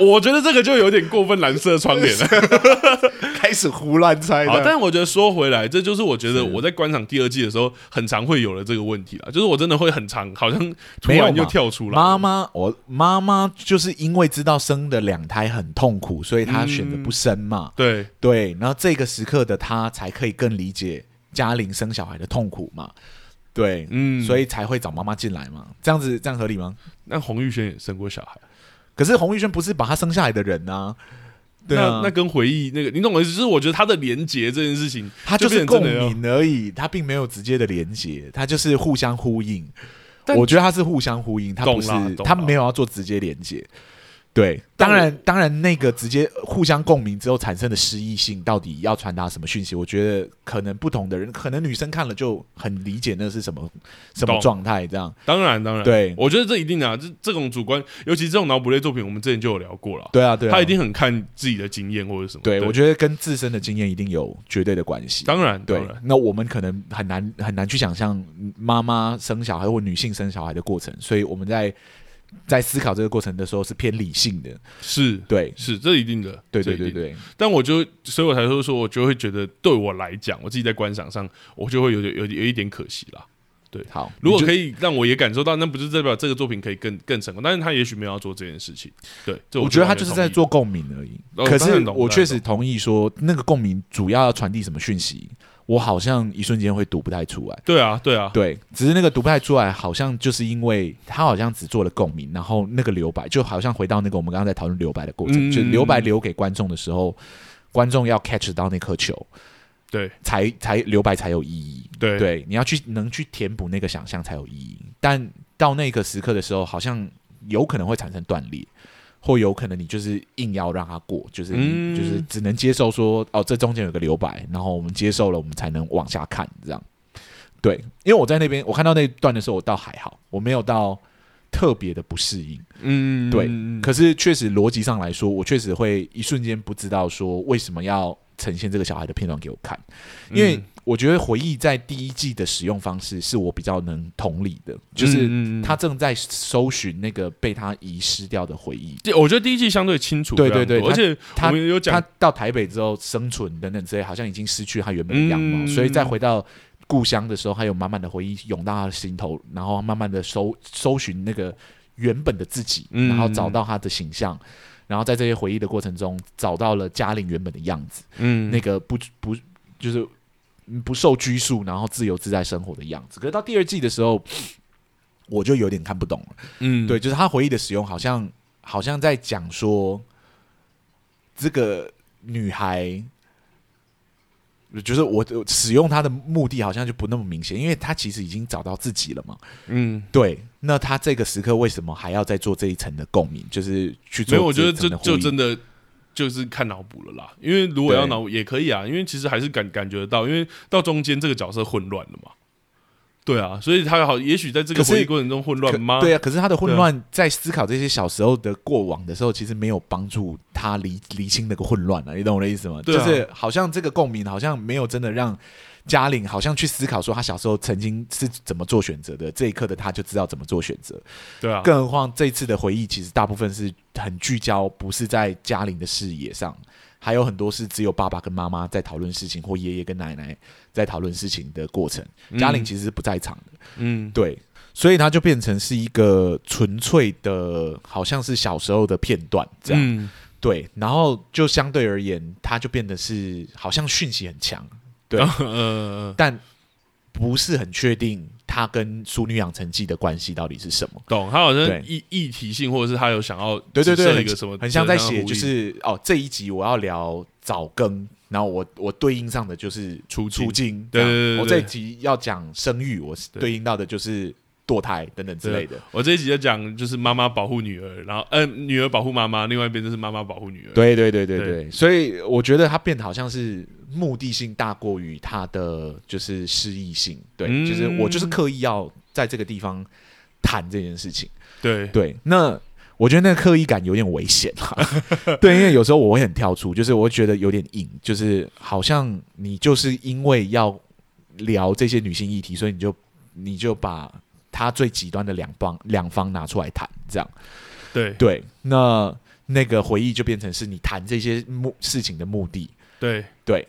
S1: 我觉得这个就有点过分蓝色窗帘 了。
S2: 开始胡乱猜
S1: 好，
S2: 的，
S1: 但我觉得说回来，这就是我觉得
S2: 是
S1: 我在观赏第二季的时候，很常会有了这个问题啦，就是我真的会很常，好像突
S2: 没有
S1: 然
S2: 嘛
S1: 又跳出来，
S2: 妈妈，我妈妈就是因为知道生的两胎很痛苦，所以她选择不生嘛。
S1: 对
S2: 对，然后这个时刻的她才可以更理解嘉玲生小孩的痛苦嘛。对，
S1: 嗯
S2: 所以才会找妈妈进来嘛。这样子，这样合理吗？
S1: 那洪玉轩也生过小孩，
S2: 可是洪玉轩不是把她生下来的人啊。对啊，
S1: 那那跟回忆那个，你懂我意思？就是我觉得他的连结这件事情，
S2: 他就是
S1: 变成
S2: 共
S1: 真的要
S2: 鸣而已，他并没有直接的连接，他就是互相呼应。
S1: 但
S2: 我觉得他是互相呼应，他不是
S1: 懂啦懂啦
S2: 他没有要做直接连接。对，
S1: 但
S2: 当
S1: 我
S2: 然，当然，那个直接互相共鸣之后产生的诗意性，到底要传达什么讯息？我觉得可能不同的人，可能女生看了就很理解那是什么什么
S1: 懂
S2: 状态，这样
S1: 当然，当然，
S2: 对
S1: 我觉得这一定啊，这这种主观，尤其这种脑补类作品，我们之前就有聊过了。
S2: 对啊，对啊，
S1: 他一定很看自己的经验或者什么。
S2: 对我觉得跟自身的经验一定有绝对的关系。
S1: 当然，当
S2: 对
S1: 然，，
S2: 那我们可能很难很难去想象妈妈生小孩或女性生小孩的过程，所以我们在在思考这个过程的时候是偏理性的。
S1: 是
S2: 对，
S1: 是，这一定的，
S2: 对
S1: 这
S2: 对
S1: 一定
S2: 对
S1: 的。
S2: 对，
S1: 但我就，所以我才说说，我就会觉得，对我来讲，我自己在观赏上，我就会有点有有一点可惜啦。
S2: 好，
S1: 如果可
S2: 以，
S1: 以让我也感受到，那不是代表这个作品可以更更成功，但是他也许没有要做这件事情。对，这
S2: 我
S1: 觉
S2: 觉
S1: 得
S2: 得他就是在做共鸣而已。
S1: 哦
S2: 可
S1: 当然
S2: 是
S1: 懂当
S2: 我
S1: 然
S2: 确实同意说，那个共鸣主要要传递什么讯息，我好像一瞬间会读不太出来。
S1: 对啊，对啊，
S2: 对，只是那个读不太出来，好像就是因为他好像只做了共鸣，然后那个留白就好像回到那个我们刚刚在讨论留白的过程，
S1: 嗯
S2: 就留白留给观众的时候，观众要 catch 到那颗球，
S1: 对
S2: 才才留白才有意义。
S1: 对
S2: 对，你要去能去填补那个想象才有意义，但到那个时刻的时候，好像有可能会产生断裂。或有可能你就是硬要让它过，就是你、
S1: 嗯
S2: 就是只能接受说哦，这中间有个留白，然后我们接受了，我们才能往下看这样。对，因为我在那边我看到那一段的时候，我倒还好，我没有到特别的不适应。
S1: 嗯，
S2: 对
S1: 嗯
S2: 可是确实逻辑上来说，我确实会一瞬间不知道说为什么要呈现这个小孩的片段给我看，因为
S1: 嗯
S2: 我觉得回忆在第一季的使用方式是我比较能同理的，就是
S1: 嗯嗯嗯
S2: 他正在搜寻那个被他遗失掉的回忆。
S1: 第我觉得第一季相对清楚非
S2: 对
S1: 常多，
S2: 对对
S1: 而且
S2: 他
S1: 我们有
S2: 他
S1: 讲，
S2: 到台北之后生存等等之类，好像已经失去他原本的样貌，
S1: 嗯
S2: 所以再回到故乡的时候，还有满满的回忆涌到他的心头，然后慢慢的搜搜寻那个原本的自己，
S1: 嗯
S2: 然后找到他的形象，然后在这些回忆的过程中找到了嘉玲原本的样子，
S1: 嗯，
S2: 那个不不就是嗯不受拘束，然后自由自在生活的样子。可是到第二季的时候，我就有点看不懂了。
S1: 嗯
S2: 对，，就是他回忆的使用，好像好像在讲说这个女孩。就是我我使用她的目的好像就不那么明显，因为她其实已经找到自己了嘛。
S1: 嗯，
S2: 对，那他这个时刻为什么还要再做这一层的共鸣？就是去
S1: 所
S2: 做
S1: 以我觉得
S2: 一
S1: 这
S2: 层的
S1: 就
S2: 呼应
S1: 真的就是看脑补了啦。因为如果要
S2: 对
S1: 脑补也可以啊，因为其实还是感感觉得到，因为到中间这个角色混乱了嘛。对啊，所以他好，也许在这个
S2: 可是
S1: 回忆过程中混乱
S2: 可
S1: 吗？
S2: 对啊，可是他的混
S1: 对啊
S2: 乱在思考这些小时候的过往的时候，其实没有帮助他理理清那个混乱啊，你懂我的意思吗？
S1: 对啊
S2: 就是好像这个共鸣好像没有真的让嘉玲好像去思考说他小时候曾经是怎么做选择的，这一刻的他就知道怎么做选择。
S1: 对啊，
S2: 更何况这次的回忆其实大部分是很聚焦，不是在嘉玲的视野上，还有很多是只有爸爸跟妈妈在讨论事情，或爷爷跟奶奶在讨论事情的过程。嘉玲其实是不在场的，
S1: 嗯，
S2: 对，所以它就变成是一个纯粹的，好像是小时候的片段这样。
S1: 嗯
S2: 对，然后就相对而言，它就变得是好像讯息很强，对
S1: 嗯呃，
S2: 但不是很确定它跟《淑女养成记》的关系到底是什么。
S1: 懂。他好
S2: 对
S1: 像议议题性，或者是他有想要
S2: 对对
S1: 指
S2: 对，
S1: 涉一
S2: 很
S1: 个什么，
S2: 很像在写，
S1: 互
S2: 就
S1: 利
S2: 是哦，这一集我要聊早更，然后我我对应上的就是
S1: 处境
S2: 出境，
S1: 对
S2: 这样
S1: 对对对
S2: 我这一集要讲生育，我是
S1: 对
S2: 对应到的就是堕胎等等之类的。
S1: 我这一集就讲就是妈妈保护女儿，然后嗯、女儿保护妈妈，另外一边就是妈妈保护女儿。
S2: 对对对对
S1: 对
S2: 对，所以我觉得它变得好像是目的性大过于它的就是诗意性，对，
S1: 嗯
S2: 就是我就是刻意要在这个地方谈这件事情。
S1: 对
S2: 对，那我觉得那个刻意感有点危险啊啦。 对，因为有时候我会很跳出，就是我会觉得有点硬，就是好像你就是因为要聊这些女性议题，所以你就你就把它最极端的两方两方拿出来谈，这样
S1: 对对
S2: 对。那那个回忆就变成是你谈这些目事情的目的，
S1: 对
S2: 对，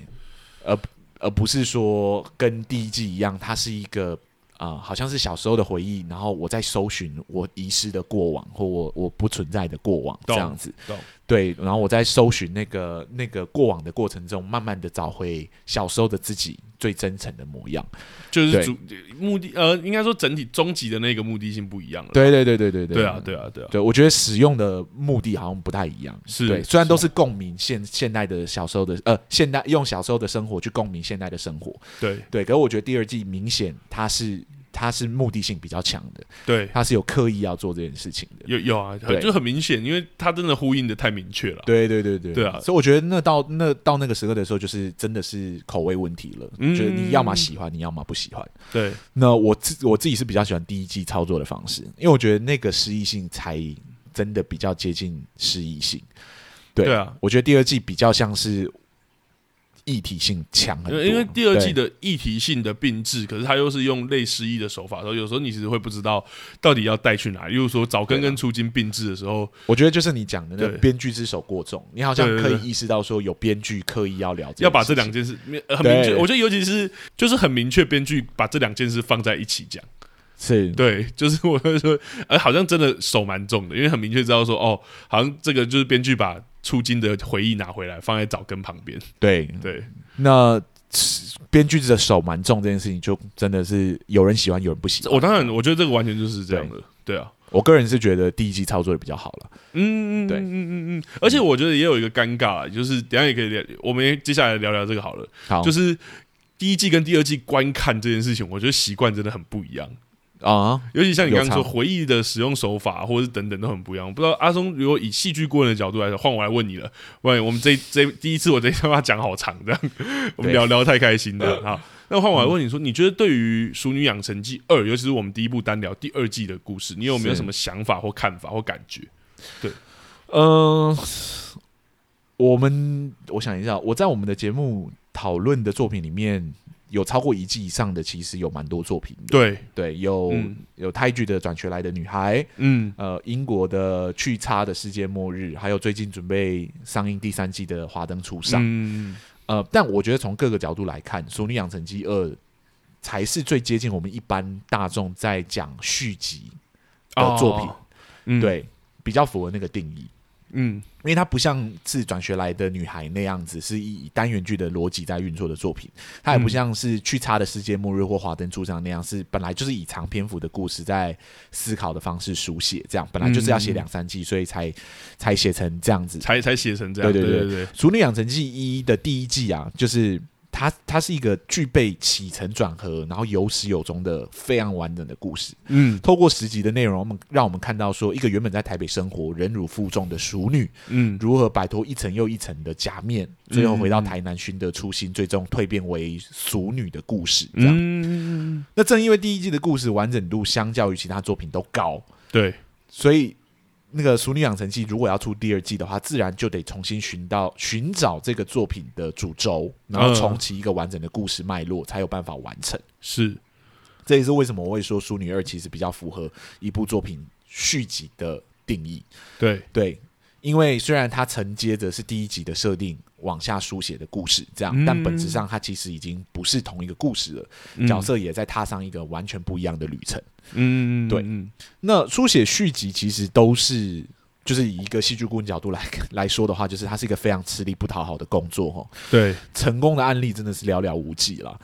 S2: 而而不是说跟第一季一样，它是一个啊、呃好像是小时候的回忆，然后我在搜寻我遗失的过往或我我不存在的过往这
S1: 懂
S2: 样子
S1: 懂。
S2: 对，然后我在搜寻那个那个过往的过程中，慢慢的找回小时候的自己最真诚的模样。
S1: 就是
S2: 对
S1: 主目的呃，应该说整体终极的那个目的性不一样了。
S2: 对对对对对对
S1: 对啊，对啊，对啊，
S2: 对，我觉得使用的目的好像不太一样，
S1: 是
S2: 对，虽然都是共鸣现现代的小时候的呃，现代用小时候的生活去共鸣现代的生活，
S1: 对
S2: 对，可是我觉得第二季明显它是它是目的性比较强的，
S1: 对，
S2: 它是有刻意要做这件事情的。
S1: 有有啊，很
S2: 对
S1: 就很明显，因为它真的呼应的太明确了。
S2: 对对对对
S1: 对啊
S2: 所以我觉得那到那到那个时刻的时候，就是真的是口味问题了，
S1: 嗯
S2: 就是你要么喜欢，你要么不喜欢。
S1: 对
S2: 那我自我自己是比较喜欢第一季操作的方式，因为我觉得那个诗意性才真的比较接近诗意性。对
S1: 对啊，
S2: 我觉得第二季比较像是议题性强很多，
S1: 因为第二季
S2: 对
S1: 的议题性的并置，可是它又是用类诗意的手法，所以有时候你其实会不知道到底要带去哪里。例如说早更
S2: 对啊
S1: 跟出金并置的时候，
S2: 我觉得就是你讲的那
S1: 对
S2: 个编剧之手过重，你好像
S1: 对对
S2: 可
S1: 对
S2: 以意识到说有编剧刻意要聊件
S1: 要把这
S2: 事情
S1: 两件事呃很明确，
S2: 对
S1: 我觉得尤其是就是很明确，编剧把这两件事放在一起讲。
S2: 是
S1: 对， 就是我会说，呃，好像真的手蛮重的，因为很明确知道说，哦，好像这个就是编剧把出金的回忆拿回来，放在早更旁边。
S2: 对
S1: 对
S2: 那编剧的手蛮重这件事情，就真的是有人喜欢，有人不喜
S1: 这
S2: 欢。
S1: 我当然，我觉得这个完全就是这样的，对啊。
S2: 我个人是觉得第一季操作的比较好了。
S1: 嗯，嗯嗯
S2: 对
S1: 嗯嗯嗯，而且我觉得也有一个尴尬啊，就是等一下也可以聊，我们也接下来聊聊这个好了。
S2: 好，
S1: 就是是第一季跟第二季观看这件事情，我觉得习惯真的很不一样，
S2: 啊，
S1: 尤其像你刚刚说
S2: 有差
S1: 回忆的使用手法或者是等等都很不一样。我不知道阿松如果以戏剧顾问的角度来说，换我来问你了，喂，我们这这第一次我这一他妈讲好长这样，我们聊聊太开心 了啊。那换我来问你说，你觉得对于《熟女养成记二》，尤其是我们第一部单聊第二季的故事，你有没有
S2: 是
S1: 什么想法或看法或感觉？呃
S2: 嗯、我们我想一下，我在我们的节目讨论的作品里面。有超过一季以上的，其实有蛮多作品的。
S1: 对，
S2: 对，有、
S1: 嗯
S2: 有泰剧的《转学来的女孩》，
S1: 嗯
S2: 呃，英国的《去差的世界末日》，还有最近准备上映第三季的《华灯初上》。
S1: 嗯，
S2: 呃，但我觉得从各个角度来看，《熟女养成记二》呃才是最接近我们一般大众在讲续集的作品。
S1: 哦嗯，，
S2: 对，比较符合那个定义。
S1: 嗯
S2: 因为它不像是转学来的女孩那样子，是以单元剧的逻辑在运作的作品，它也不像是《去差的世界末日》或《华灯初上》那样，是本来就是以长篇幅的故事在思考的方式书写，这样本来就是要写两三季，所以才才写成这样子。
S1: 才才写成这样，
S2: 对
S1: 对
S2: 对
S1: 对对
S2: 《熟女养成记一》的第一季啊，就是它它是一个具备起承转合，然后有始有终的非常完整的故事。
S1: 嗯
S2: 透过十集的内容，我们让我们看到说，一个原本在台北生活、忍辱负重的熟女，
S1: 嗯
S2: 如何摆脱一层又一层的假面，最后回到台南寻得初心，最终蜕变为俗女的故事。这样，
S1: 嗯，
S2: 那正因为第一季的故事完整度相较于其他作品都高，
S1: 对，
S2: 所以那个《俗女养成记》如果要出第二季的话，自然就得重新寻到寻找这个作品的主轴，然后重启一个完整的故事脉络，才有办法完成。
S1: 是，
S2: 这也是为什么我会说《淑女二》其实比较符合一部作品续集的定义。
S1: 对，
S2: 对，因为虽然它承接着是第一集的设定往下书写的故事，这样，
S1: 嗯
S2: 但本质上它其实已经不是同一个故事了，
S1: 嗯
S2: 角，色也在踏上一个完全不一样的旅程。
S1: 嗯，
S2: 对
S1: 嗯
S2: 那书写续集其实都是。就是以一个戏剧顾问角度来 来说的话，就是它是一个非常吃力不讨好的工作哦，
S1: 对，
S2: 成功的案例真的是寥寥无几了。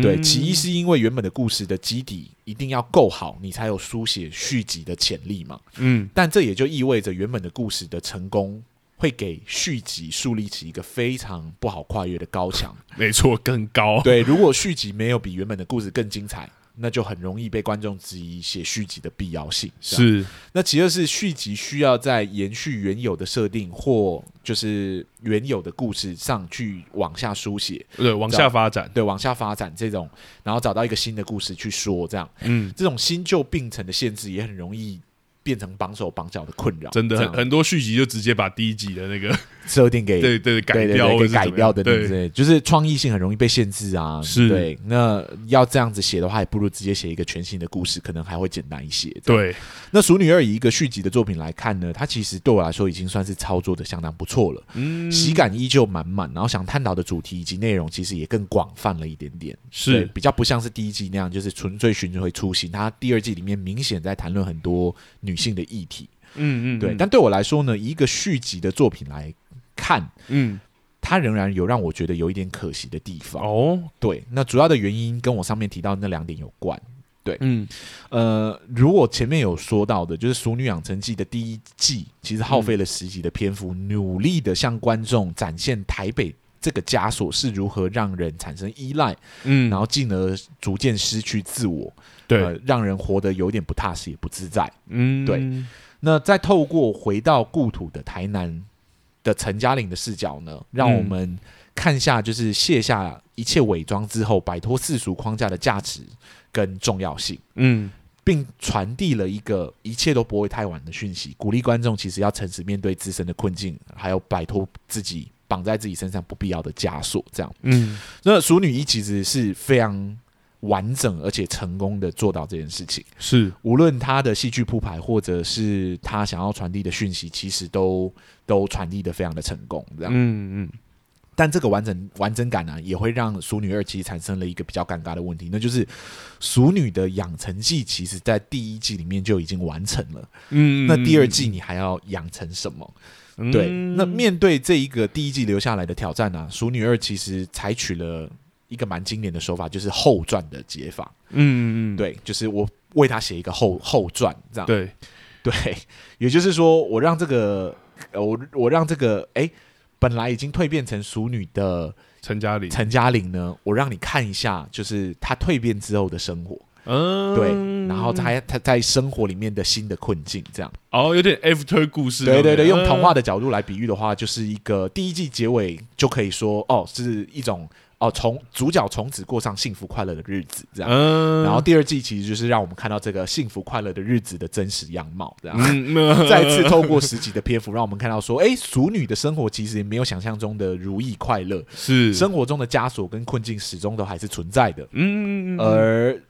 S2: 对，
S1: 嗯
S2: 其一是因为原本的故事的基底一定要够好，你才有书写续集的潜力嘛。
S1: 嗯
S2: 但这也就意味着原本的故事的成功会给续集树立起一个非常不好跨越的高墙。
S1: 没错，更高，
S2: 对，如果续集没有比原本的故事更精彩，那就很容易被观众质疑写续集的必要性。这样，
S1: 是，
S2: 那其二是续集需要在延续原有的设定或就是原有的故事上去往下书写，
S1: 对，往
S2: 这
S1: 下
S2: 样
S1: 发展，
S2: 对，往下发展这种，然后找到一个新的故事去说，这样
S1: 嗯，
S2: 这种新旧并存的限制也很容易。变成绑手绑脚的困扰，
S1: 真的
S2: 这
S1: 很
S2: 样
S1: 很多续集就直接把第一集的那个，
S2: 设定 给
S1: 对对，改
S2: 对
S1: 掉，
S2: 对
S1: 或者
S2: 对给
S1: 是
S2: 改
S1: 怎么
S2: 掉
S1: 样
S2: 等等之
S1: 对，
S2: 类，就是创意性很容易被限制啊。
S1: 是
S2: 对，那要这样子写的话，也不如直接写一个全新的故事，可能还会简单一些。这样，
S1: 对，
S2: 那《熟女二》以一个续集的作品来看呢，它其实对我来说已经算是操作的相当不错了，
S1: 嗯，
S2: 喜感依旧满满，然后想探讨的主题以及内容其实也更广泛了一点点。对
S1: 是，
S2: 比较不像是第一季那样，就是纯粹寻回初心。它第二季里面明显在谈论很多女性的议题。
S1: 嗯嗯，
S2: 对，
S1: 嗯
S2: 但对我来说呢，以一个续集的作品来看。
S1: 嗯，
S2: 它仍然有让我觉得有一点可惜的地方。
S1: 哦，
S2: 对，那主要的原因跟我上面提到的那两点有关。
S1: 嗯，
S2: 呃，如果前面有说到的，就是《熟女养成记》的第一季，其实耗费了十集的篇幅，努力的向观众展现台北这个枷锁是如何让人产生依赖，
S1: 嗯，
S2: 然后进而逐渐失去自我，
S1: 对，
S2: 呃，让人活得有点不踏实也不自在。
S1: 嗯，
S2: 对那再透过回到故土的台南的陈嘉玲的视角呢，让我们看下就是卸下一切伪装之后，摆脱世俗框架的价值跟重要性，
S1: 嗯，
S2: 并传递了一个一切都不会太晚的讯息，鼓励观众其实要诚实面对自身的困境，还有摆脱自己绑在自己身上不必要的枷锁。这样，
S1: 嗯，
S2: 那《熟女一》其实是非常完整而且成功的做到这件事情。
S1: 是，
S2: 无论他的戏剧铺排，或者是他想要传递的讯息，其实都都传递的非常的成功，这样。
S1: 嗯嗯，
S2: 但这个完整完整感呢、啊也会让《熟女二》期产生了一个比较尴尬的问题，那就是《熟女的养成记》其实在第一季里面就已经完成了，
S1: 嗯，
S2: 那第二季你还要养成什么？
S1: 嗯，
S2: 对，
S1: 嗯
S2: 那面对这一个第一季留下来的挑战呢、啊，《熟女二》其实采取了一个蛮经典的手法，就是后传的解法。
S1: 嗯嗯，嗯，
S2: 对，就是我为他写一个后后传这样。
S1: 对，
S2: 对，也就是说，我让这个，呃我我让这个，哎，本来已经蜕变成熟女的
S1: 陈嘉玲，
S2: 陈嘉玲呢，我让你看一下，就是她蜕变之后的生活，
S1: 嗯，
S2: 对，然后她她在生活里面的新的困境，这样，
S1: 哦，有点 after 故事那种感觉，
S2: 对对对，用童话
S1: 的
S2: 的角度来比喻的话，就是一个第一季结尾就可以说，哦，是一种哦，从主角从此过上幸福快乐的日子，这样。
S1: 嗯，
S2: 然后第二季其实就是让我们看到这个幸福快乐的日子的真实样貌， 这样。
S1: 嗯，那
S2: 再次透过十集的篇幅，让我们看到说，哎，熟女的生活其实没有想象中的如意快乐，
S1: 是
S2: 生活中的枷锁跟困境始终都还是存在的。
S1: 嗯，嗯，嗯
S2: 而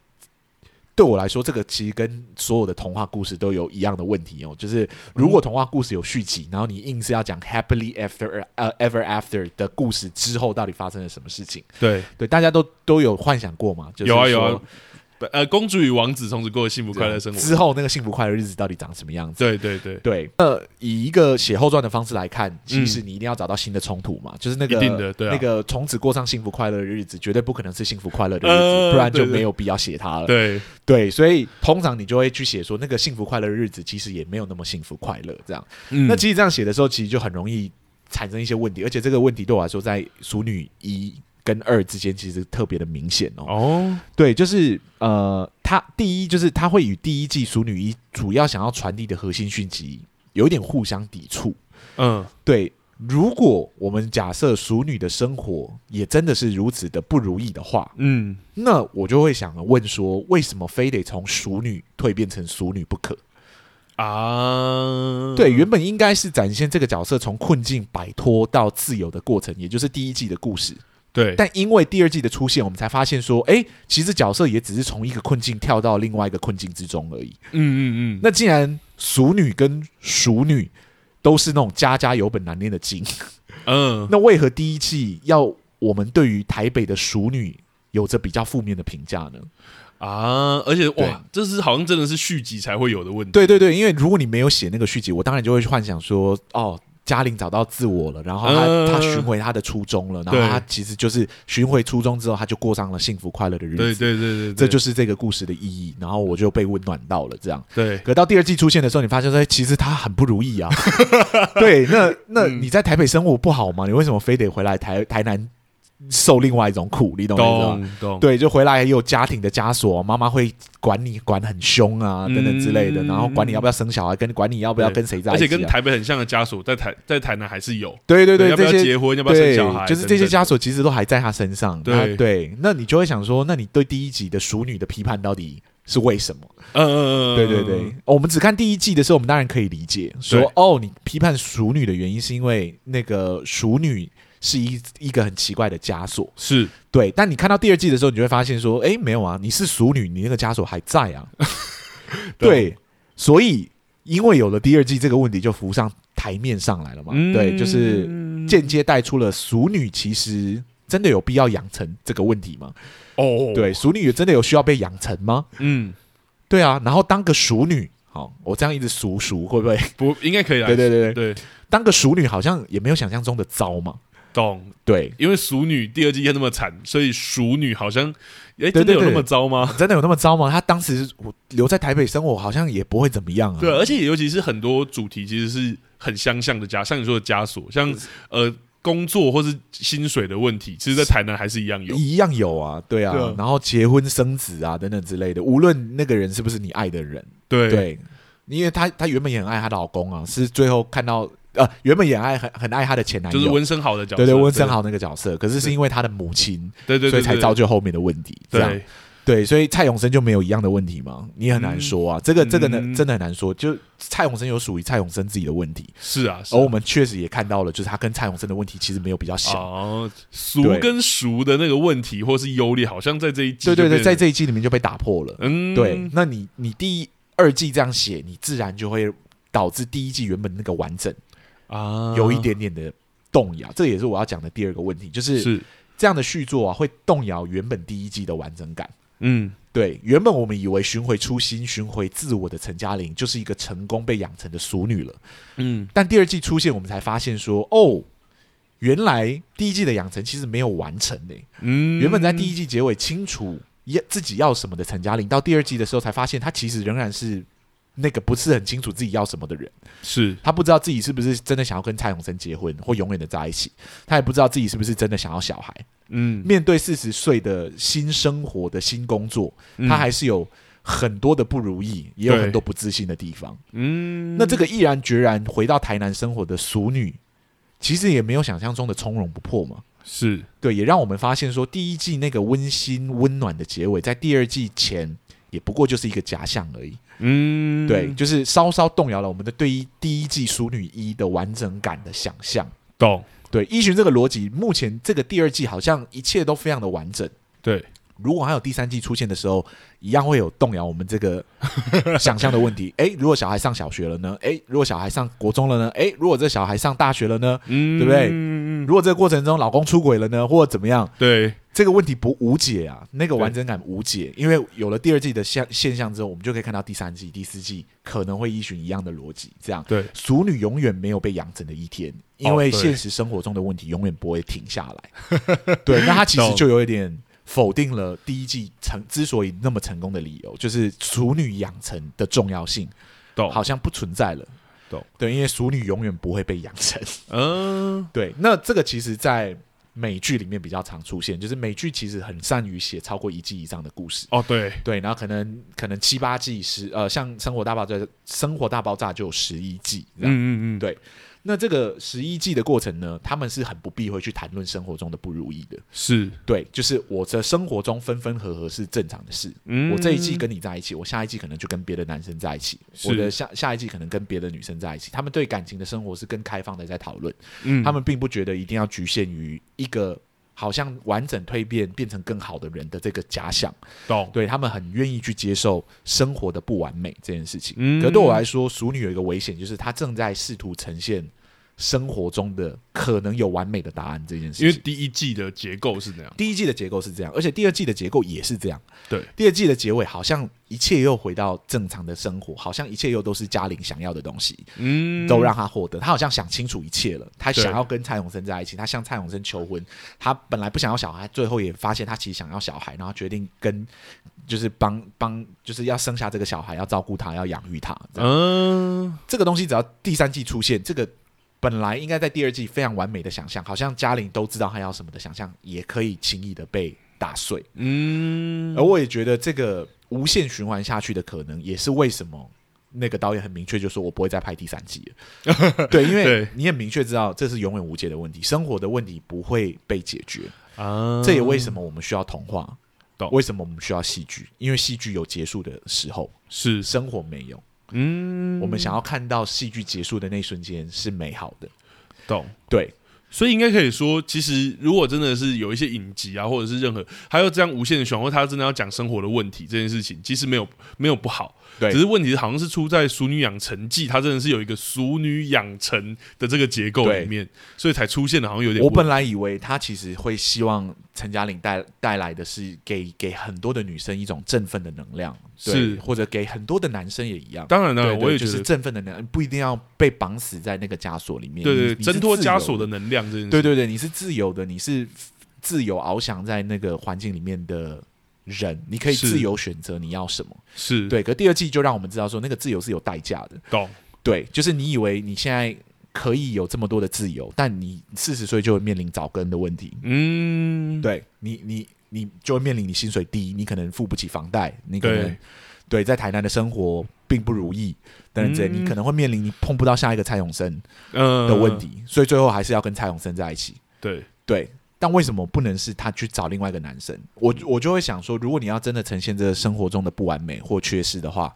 S2: 对我来说，这个其实跟所有的童话故事都有一样的问题哦，就是如果童话故事有续集，然后你硬是要讲 happily after 呃 ever after 的故事之后到底发生了什么事情，
S1: 对，
S2: 对，大家都都有幻想过嘛？就是
S1: 有啊
S2: 说
S1: 有啊，对呃，公主与王子从此过着幸福快乐生活。
S2: 之后那个幸福快乐日子到底长什么样子？
S1: 对对对，嗯
S2: 对，那以一个写后传的方式来看，其实你一定要找到新的冲突嘛，就是那个
S1: 一定的对啊
S2: 那个从此过上幸福快乐的日子，绝对不可能是幸福快乐的日子，
S1: 呃
S2: 不然就
S1: 对对
S2: 没有必要写它了。
S1: 对，
S2: 对所以通常你就会去写说，那个幸福快乐的日子其实也没有那么幸福快乐这样。
S1: 嗯
S2: 那其实这样写的时候，其实就很容易产生一些问题，而且这个问题对我来说，在《熟女一》跟二之间其实特别的明显哦。
S1: 哦，
S2: 对，就是呃，它第一就是它会与第一季《熟女一》主要想要传递的核心讯息有一点互相抵触。
S1: 嗯
S2: 对，如果我们假设熟女的生活也真的是如此的不如意的话，
S1: 嗯，
S2: 那我就会想问说，为什么非得从熟女蜕变成熟女不可？
S1: 啊，
S2: 对，原本应该是展现这个角色从困境摆脱到自由的过程，也就是第一季的故事。
S1: 对，
S2: 但因为第二季的出现，我们才发现说，诶，其实角色也只是从一个困境跳到另外一个困境之中而已。
S1: 嗯嗯嗯，
S2: 那既然熟女跟熟女都是那种家家有本难念的经，
S1: 嗯，
S2: 那为何第一季要我们对于台北的熟女有着比较负面的评价呢？
S1: 啊，而且
S2: 对
S1: 哇，这是好像真的是续集才会有的问题。
S2: 对对对，因为如果你没有写那个续集，我当然就会去幻想说，哦，嘉玲找到自我了，然后她、
S1: 嗯
S2: 她寻回她的初衷了，然后
S1: 对
S2: 她其实就是寻回初衷之后，她就过上了幸福快乐的日子。
S1: 对对对对，
S2: 这就是这个故事的意义，然后我就被温暖到了。这样，
S1: 对
S2: 可到第二季出现的时候，你发现说，哎其实她很不如意 啊。对，那那
S1: 嗯
S2: 你在台北生活不好吗？你为什么非得回来台台南受另外一种苦？你懂我意思吗？
S1: 懂懂，
S2: 对，就回来也有家庭的枷锁，妈妈会管你管很凶啊，等等之类的，
S1: 嗯
S2: 然后管你要不要生小孩，跟管你要不要跟谁在一
S1: 而
S2: 起、啊，
S1: 且跟台北很像的枷锁，在台在台南还是有。
S2: 对对对
S1: 要不要
S2: 这些
S1: 结婚？要不要生
S2: 对
S1: 小孩？，
S2: 就是这些
S1: 家
S2: 枷锁其实都还在他身上。
S1: 对
S2: 那对，那你就会想说，那你对第一集的熟女的批判到底是为什么？
S1: 嗯嗯嗯，
S2: 对对对，哦我们只看第一季的时候，我们当然可以理解，说
S1: 对
S2: 哦，你批判熟女的原因是因为那个熟女是一一个很奇怪的枷锁，
S1: 是
S2: 对，但你看到第二季的时候，你就会发现说，诶，没有啊，你是熟女，你那个枷锁还 在啊。对，所以因为有了第二季，这个问题就浮上台面上来了嘛。
S1: 嗯
S2: 对，就是间接带出了熟女其实真的有必要养成这个问题吗？
S1: 哦，
S2: 对，，熟女真的有需要被养成吗？
S1: 嗯，
S2: 对啊，然后当个熟女，好、我这样一直熟熟会不会？
S1: 不应该可以啦。
S2: 对对对对，
S1: 对，
S2: 当个熟女好像也没有想象中的糟嘛。
S1: 懂。
S2: 对，
S1: 因为熟女第二季也那么惨，所以熟女好像，哎，
S2: 对
S1: 真的有
S2: 对
S1: 那么糟吗？
S2: 真的有那么糟吗？她当时我留在台北生活好像也不会怎么样啊。
S1: 对，而且尤其是很多主题其实是很相像的枷，像你说的枷锁，像呃工作或是薪水的问题，其实，在台南还是一样有。
S2: 一样有啊，对啊，
S1: 对啊
S2: 然后结婚生子啊等等之类的，无论那个人是不是你爱的人，
S1: 对
S2: 对，因为她她原本也很爱她老公啊，是最后看到呃原本也很爱很很爱她的前男友，
S1: 就是温升豪的角色，
S2: 对对温森，豪那个角色，可是是因为她的母亲，
S1: 对对，
S2: 所
S1: 对
S2: 以才造就后面的问题，这样
S1: 对，
S2: 对，所以蔡永生就没有一样的问题吗？你很难说啊，这个这个呢
S1: 嗯
S2: 真的很难说，就蔡永生有属于蔡永生自己的问题，
S1: 是啊，是
S2: 而
S1: 啊
S2: 我们确实也看到了，就是他跟蔡永生的问题其实没有比较小。
S1: 哦，熟
S2: 对
S1: 跟熟的那个问题或是优劣，好像在这一季
S2: 对对
S1: 就
S2: 对，
S1: 变
S2: 在
S1: 成
S2: 这一季里面就被打破了。
S1: 嗯
S2: 对，那你你第一二季这样写，你自然就会导致第一季原本那个完整
S1: 啊
S2: 有一点点的动摇。这也是我要讲的第二个问题，就是
S1: 是
S2: 这样的续作啊，会动摇原本第一季的完整感。
S1: 嗯
S2: 对，原本我们以为寻回初心、寻回自我的陈嘉玲就是一个成功被养成的淑女了，
S1: 嗯
S2: 但第二季出现，我们才发现说，哦，原来第一季的养成其实没有完成呢、
S1: 嗯，
S2: 原本在第一季结尾清楚要自己要什么的陈嘉玲，到第二季的时候才发现，她其实仍然是那个不是很清楚自己要什么的人。
S1: 是
S2: 她不知道自己是不是真的想要跟蔡永生结婚或永远的在一起，她也不知道自己是不是真的想要小孩。
S1: 嗯，
S2: 面对四十岁的新生活的新工作，
S1: 嗯
S2: 她还是有。很多的不如意，也有
S1: 对
S2: 很多不自信的地方。
S1: 嗯
S2: 那这个毅然决然回到台南生活的俗女，其实也没有想象中的从容不迫嘛。
S1: 是
S2: 对，也让我们发现说，第一季那个温馨温暖的结尾，在第二季前也不过就是一个假象而已。
S1: 嗯
S2: 对，就是稍稍动摇了我们的对于第一季《淑女一》的完整感的想象。
S1: 懂
S2: 对，依循这个逻辑，目前这个第二季好像一切都非常的完整。
S1: 对
S2: 如果还有第三季出现的时候，一样会有动摇我们这个想象的问题。诶，如果小孩上小学了呢？诶，如果小孩上国中了呢？诶，如果这小孩上大学了呢？
S1: 嗯
S2: 对不对
S1: 嗯嗯
S2: 如果这个过程中老公出轨了呢，或者怎么样？
S1: 对，
S2: 这个问题不无解啊，那个完整感无解，因为有了第二季的现现象之后，我们就可以看到第三季、第四季可能会依循一样的逻辑，这样。
S1: 对，哦
S2: 俗女永远没有被养成的一天，因为
S1: 对
S2: 现实生活中的问题永远不会停下来。 对，那他其实
S1: 懂
S2: 就有一点否定了第一季成之所以那么成功的理由，就是熟女养成的重要性
S1: 懂，
S2: 好像不存在了。
S1: 懂
S2: 对，因为熟女永远不会被养成。
S1: 嗯，
S2: 对，那这个其实，在美剧里面比较常出现，就是美剧其实很善于写超过一季以上的故事。
S1: 哦，对，
S2: 对，然后可能可能七八季十呃，像《生活大爆炸》《生活大爆炸》就有十一季这样。
S1: 嗯嗯嗯，
S2: 对那这个十一季的过程呢，他们是很不避讳去谈论生活中的不如意的。
S1: 是，
S2: 对，就是我的生活中分分合合是正常的事。
S1: 嗯，
S2: 我这一季跟你在一起，我下一季可能就跟别的男生在一起，
S1: 是
S2: 我的下下一季可能跟别的女生在一起。他们对感情的生活是更开放的在讨论，
S1: 嗯
S2: 他们并不觉得一定要局限于一个好像完整蜕变变成更好的人的这个假想。
S1: 懂，
S2: 对他们很愿意去接受生活的不完美这件事情。
S1: 嗯
S2: 可对我来说，熟女有一个危险，就是她正在试图呈现生活中的可能有完美的答案这件
S1: 因
S2: 事
S1: 为
S2: 情。
S1: 第一季的结构是那样，
S2: 第一季的结构是这样，而且第二季的结构也是这样。
S1: 对，
S2: 第二季的结尾好像一切又回到正常的生活，好像一切又都是嘉玲想要的东西，
S1: 嗯，
S2: 都让她获得。她好像想清楚一切了，她
S1: 对
S2: 想要跟蔡永生在一起，她向蔡永生求婚，她本来不想要小孩，最后也发现她其实想要小孩，然后决定跟就是帮帮就是要生下这个小孩，要照顾他，要养育他。这样
S1: 嗯，
S2: 这个东西只要第三季出现，这个本来应该在第二季非常完美的想象，好像嘉玲都知道她要什么的想象，也可以轻易的被打碎。
S1: 嗯
S2: 而，我也觉得这个无限循环下去的可能，也是为什么那个导演很明确就说我不会再拍第三季了。 对，因为
S1: 对
S2: 你很明确知道这是永远无解的问题，生活的问题不会被解决。
S1: 啊
S2: 这也为什么我们需要童话
S1: 懂。
S2: 为什么我们需要戏剧？因为戏剧有结束的时候，
S1: 是，
S2: 生活没有。
S1: 嗯，
S2: 我们想要看到戏剧结束的那一瞬间是美好的。
S1: 懂。
S2: 对，
S1: 所以应该可以说，其实如果真的是有一些影集啊，或者是任何，还有这样无限的循环，或他真的要讲生活的问题这件事情，其实没有没有不好，
S2: 对
S1: 只是问题好像是出在《熟女养成记》，它真的是有一个熟女养成的这个结构里面，所以才出现的好像有点
S2: 我
S1: 问
S2: 本来以为他其实会希望陈嘉玲带带来的是给给很多的女生一种振奋的能量，对
S1: 是
S2: 或者给很多的男生也一样。
S1: 当然了，
S2: 对，对
S1: 我也觉
S2: 就
S1: 得
S2: 是振奋的能量，不一定要被绑死在那个枷锁里面。
S1: 对
S2: 你
S1: 对，
S2: 你是
S1: 挣脱
S2: 自由
S1: 枷锁的能量这件事，
S2: 对对对，你是自由的，你是自由翱翔在那个环境里面的人，你可以
S1: 是
S2: 自由选择你要什么。
S1: 是，
S2: 对，可第二季就让我们知道说，那个自由是有代价的。
S1: 懂，
S2: 对，就是你以为你现在可以有这么多的自由，但你四十岁就会面临早更的问题。
S1: 嗯，
S2: 对你，你你就会面临你薪水低，你可能付不起房贷，你可
S1: 对
S2: 能对在台南的生活并不如意等等之类，
S1: 嗯
S2: 你可能会面临你碰不到下一个蔡永生
S1: 嗯
S2: 的问，题，所以最后还是要跟蔡永生在一起。
S1: 对，
S2: 对，但为什么不能是他去找另外一个男生？我我就会想说，如果你要真的呈现这个生活中的不完美或缺失的话，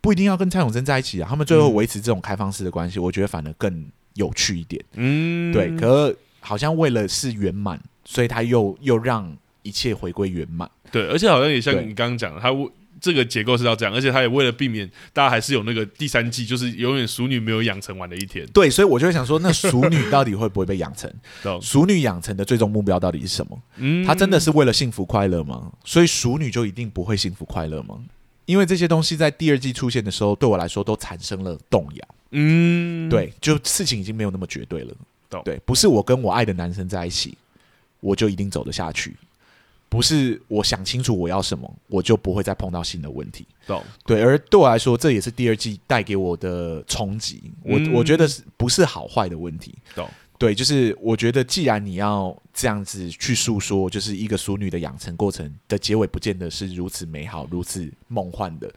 S2: 不一定要跟蔡永真在一起啊。他们最后
S1: 嗯
S2: 维持这种开放式的关系，我觉得反而更有趣一点。
S1: 嗯，
S2: 对，可好像为了是圆满，所以他又又让一切回归圆满。
S1: 对，而且好像也像
S2: 对
S1: 你刚刚讲的，他为这个结构是要这样，而且他也为了避免大家还是有那个第三季，就是永远熟女没有养成完的一天，
S2: 对，所以我就会想说，那熟女到底会不会被养成？
S1: 懂？
S2: 熟女养成的最终目标到底是什么？
S1: 嗯
S2: 她真的是为了幸福快乐吗？所以熟女就一定不会幸福快乐吗？因为这些东西在第二季出现的时候，对我来说都产生了动摇。
S1: 嗯，
S2: 对，就事情已经没有那么绝对了
S1: 懂。
S2: 对，不是我跟我爱的男生在一起，我就一定走得下去；不是我想清楚我要什么，我就不会再碰到新的问题。
S1: 懂？
S2: 对，而对我来说，这也是第二季带给我的冲击。我、
S1: 嗯
S2: 我觉得是不是好坏的问题？
S1: 懂？
S2: 对，就是我觉得，既然你要这样子去诉说，就是一个淑女的养成过程的结尾，不见得是如此美好、如此梦幻的，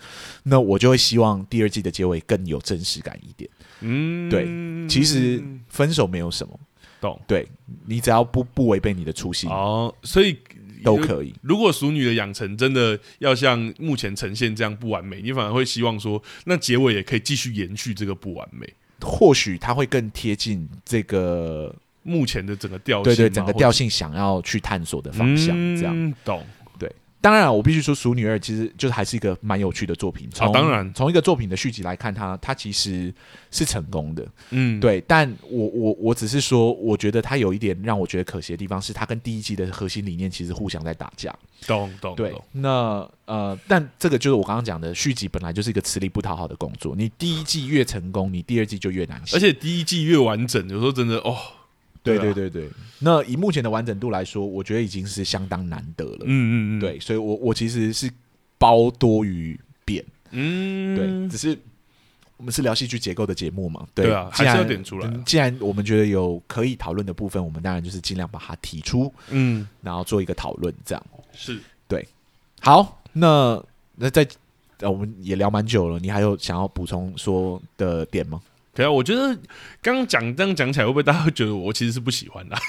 S2: 那我就会希望第二季的结尾更有真实感一点。
S1: 嗯，
S2: 对其实分手没有什么，
S1: 懂
S2: 对你只要不不违背你的初心、
S1: 哦，所以
S2: 都。可以。
S1: 如果熟女的养成真的要像目前呈现这样不完美，你反而会希望说，那结尾也可以继续延续这个不完美。
S2: 或许它会更贴近这个
S1: 目前的整个调性嘛，
S2: 对对整个调
S1: 或者
S2: 性想要去探索的方向，这样。
S1: 嗯懂？
S2: 对，当然啊，我必须说，《熟女二》其实就是还是一个蛮有趣的作品。从、
S1: 啊当然
S2: 从一个作品的续集来看它它其实是成功的。
S1: 嗯，
S2: 对，但我我我只是说，我觉得它有一点让我觉得可惜的地方是，它跟第一季的核心理念其实互相在打架。
S1: 懂懂
S2: 对
S1: 懂，，
S2: 那呃，但这个就是我刚刚讲的续集本来就是一个吃力不讨好的工作。你第一季越成功，你第二季就越难写。
S1: 而且第一季越完整，有时候真的哦，
S2: 对
S1: 对
S2: 对
S1: 啊
S2: 对对，那以目前的完整度来说，我觉得已经是相当难得了。
S1: 嗯嗯嗯，，
S2: 对，所以我我其实是包多于贬，
S1: 嗯，
S2: 对，只是我们是聊戏剧结构的节目嘛，
S1: 对啊
S2: 既
S1: 还是
S2: 然
S1: 要点出来啊
S2: 嗯既然我们觉得有可以讨论的部分，我们当然就是尽量把它提出，
S1: 嗯，
S2: 然后做一个讨论，这样。
S1: 是
S2: 好，那那在。呃，我们也聊蛮久了，你还有想要补充说的点吗？
S1: 可以啊，我觉得刚刚讲这样讲起来，会不会大家会觉得我其实是不喜欢的啊？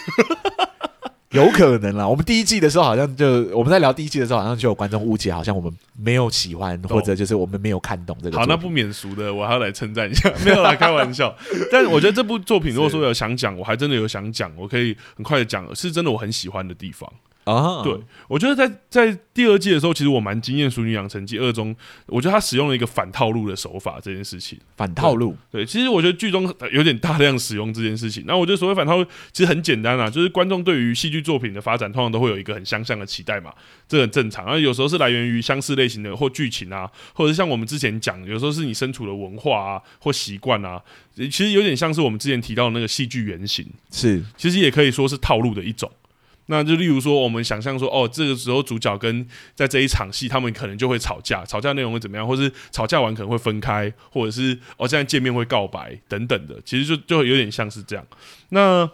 S2: 有可能啦，我们第一季的时候好像就我们在聊第一季的时候，好像就有观众误解，好像我们没有喜欢，
S1: 懂
S2: 或者就是我们没有看懂这个作品。
S1: 好，那不免俗的，我还要来称赞一下，没有 啦，开玩笑。但我觉得这部作品，如果说有想讲，我还真的有想讲，我可以很快的讲，是真的我很喜欢的地方。
S2: 啊，
S1: 对，我觉得在在第二季的时候，其实我蛮惊艳《熟女养成记二》中，我觉得他使用了一个反套路的手法这件事情。
S2: 反套路，
S1: 对，其实我觉得剧中呃有点大量使用这件事情。那我觉得所谓反套路，其实很简单啊，就是观众对于戏剧作品的发展，通常都会有一个很相像的期待嘛，这很正常。然后有时候是来源于相似类型的或剧情啊，或者是像我们之前讲，有时候是你身处的文化啊或习惯啊，呃其实有点像是我们之前提到的那个戏剧原型。
S2: 是
S1: 其实也可以说是套路的一种。那就例如说，我们想象说，哦，这个时候主角跟在这一场戏，他们可能就会吵架，吵架内容会怎么样，或是吵架完可能会分开，或者是哦，现在见面会告白等等的，其实就就有点像是这样。那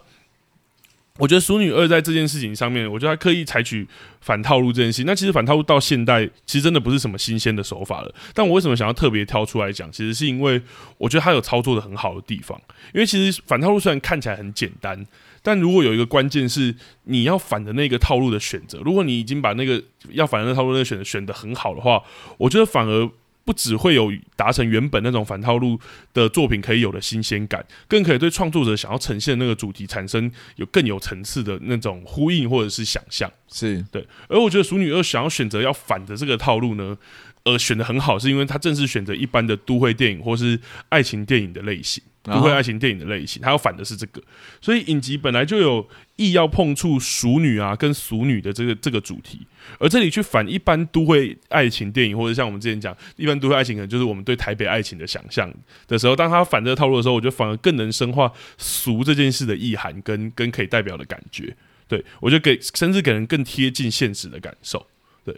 S1: 我觉得《淑女二》在这件事情上面，我觉得她刻意采取反套路这件事情。那其实反套路到现代，其实真的不是什么新鲜的手法了。但我为什么想要特别挑出来讲，其实是因为我觉得它有操作的很好的地方。因为其实反套路虽然看起来很简单，但如果有一个关键是你要反的那个套路的选择，如果你已经把那个要反的那套路那个选择选的很好的话，我觉得反而不只会有达成原本那种反套路的作品可以有的新鲜感，更可以对创作者想要呈现的那个主题产生有更有层次的那种呼应或者是想象。
S2: 是，
S1: 对，而我觉得《熟女二》想要选择要反的这个套路呢，呃，选的很好，是因为它正是选择一般的都会电影或是爱情电影的类型。
S2: 啊
S1: 都会爱啊情电影的类型，它要反的是这个，所以影集本来就有意要碰触熟女啊跟俗女的这个这个主题，而这里去反一般都会爱情电影，或者像我们之前讲一般都会爱情，可能就是我们对台北爱情的想象的时候，当它反这个套路的时候，我觉得反而更能深化俗这件事的意涵跟跟可以代表的感觉，对我觉得给甚至给人更贴近现实的感受。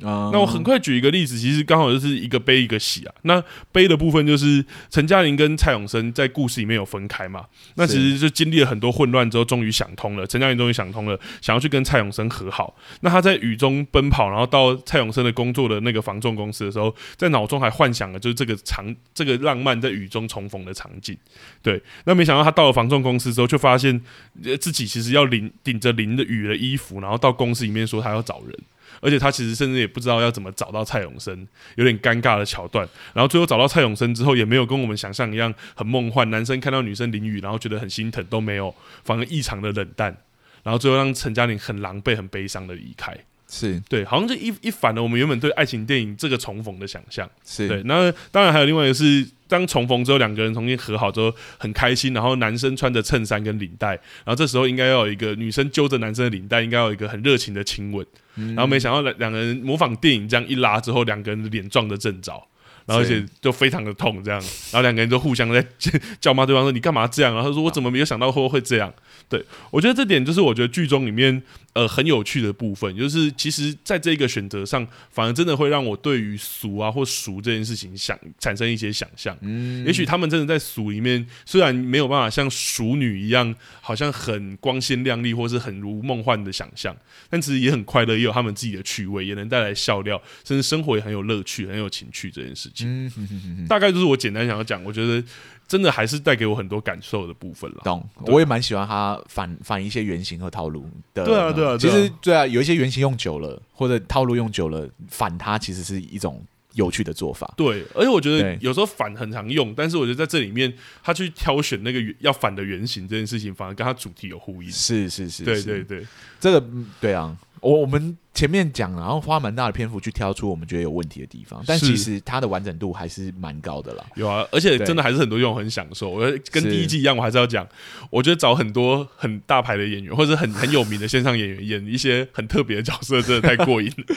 S2: 啊
S1: 那我很快举一个例子，其实刚好就是一个悲一个喜啊。那悲的部分就是陈嘉玲跟蔡永生在故事里面有分开嘛，那其实就经历了很多混乱之后，终于想通了。陈嘉玲终于想通了，想要去跟蔡永生和好。那他在雨中奔跑，然后到蔡永生的工作的那个防重公司的时候，在脑中还幻想了就是这个场，这个浪漫在雨中重逢的场景。对，那没想到他到了防重公司之后，却发现呃自己其实要淋顶着淋的雨的衣服，然后到公司里面说他要找人。而且他其实甚至也不知道要怎么找到蔡永生，有点尴尬的桥段。然后最后找到蔡永生之后，也没有跟我们想象一样很梦幻，男生看到女生淋雨然后觉得很心疼都没有，反而异常的冷淡。然后最后让陈嘉玲很狼狈、很悲伤的离开。
S2: 是
S1: 对，好像就一一反了我们原本对爱情电影这个重逢的想象。
S2: 是
S1: 对，那当然还有另外一个是，当重逢之后，两个人重新和好之后很开心，然后男生穿着衬衫跟领带，然后这时候应该要有一个女生揪着男生的领带，应该要有一个很热情的亲吻，然后没想到两两个人模仿电影这样一拉之后，两个人的脸撞得正着。然后而
S2: 是
S1: 且就非常的痛，这样，然后两个人就互相在 叫骂对方说你干嘛这样？然后他说我怎么没有想到会会这样？对我觉得这点就是我觉得剧中里面呃很有趣的部分，就是其实在这个选择上，反而真的会让我对于俗啊或俗这件事情想产生一些想象。
S2: 嗯
S1: 也许他们真的在俗里面，虽然没有办法像熟女一样，好像很光鲜亮丽，或是很如梦幻的想象，但其实也很快乐，也有他们自己的趣味，也能带来笑料，甚至生活也很有乐趣、很有情趣这件事情。
S2: 嗯哼哼哼哼
S1: 大概就是我简单想要讲，我觉得真的还是带给我很多感受的部分了。
S2: 懂，我也蛮喜欢他反反一些原型和套路的。
S1: 对啊对啊对啊
S2: 其实对啊，有一些原型用久了，或者套路用久了，反它其实是一种有趣的做法。
S1: 对，而且我觉得
S2: 对
S1: 有时候反很常用，但是我觉得在这里面，他去挑选那个原要反的原型这件事情，反而跟他主题有呼应。
S2: 是是是，
S1: 对
S2: 是
S1: 对，对，
S2: 这个嗯对啊，我我们前面讲，然后花蛮大的篇幅去挑出我们觉得有问题的地方，但
S1: 是
S2: 其实它的完整度还是蛮高的啦。
S1: 有啊，而且
S2: 对
S1: 真的还是很多用很享受。我跟
S2: 是
S1: 第一季一样，我还是要讲，我觉得找很多很大牌的演员，或者很很有名的线上演员演一些很特别的角色，真的太过 瘾了。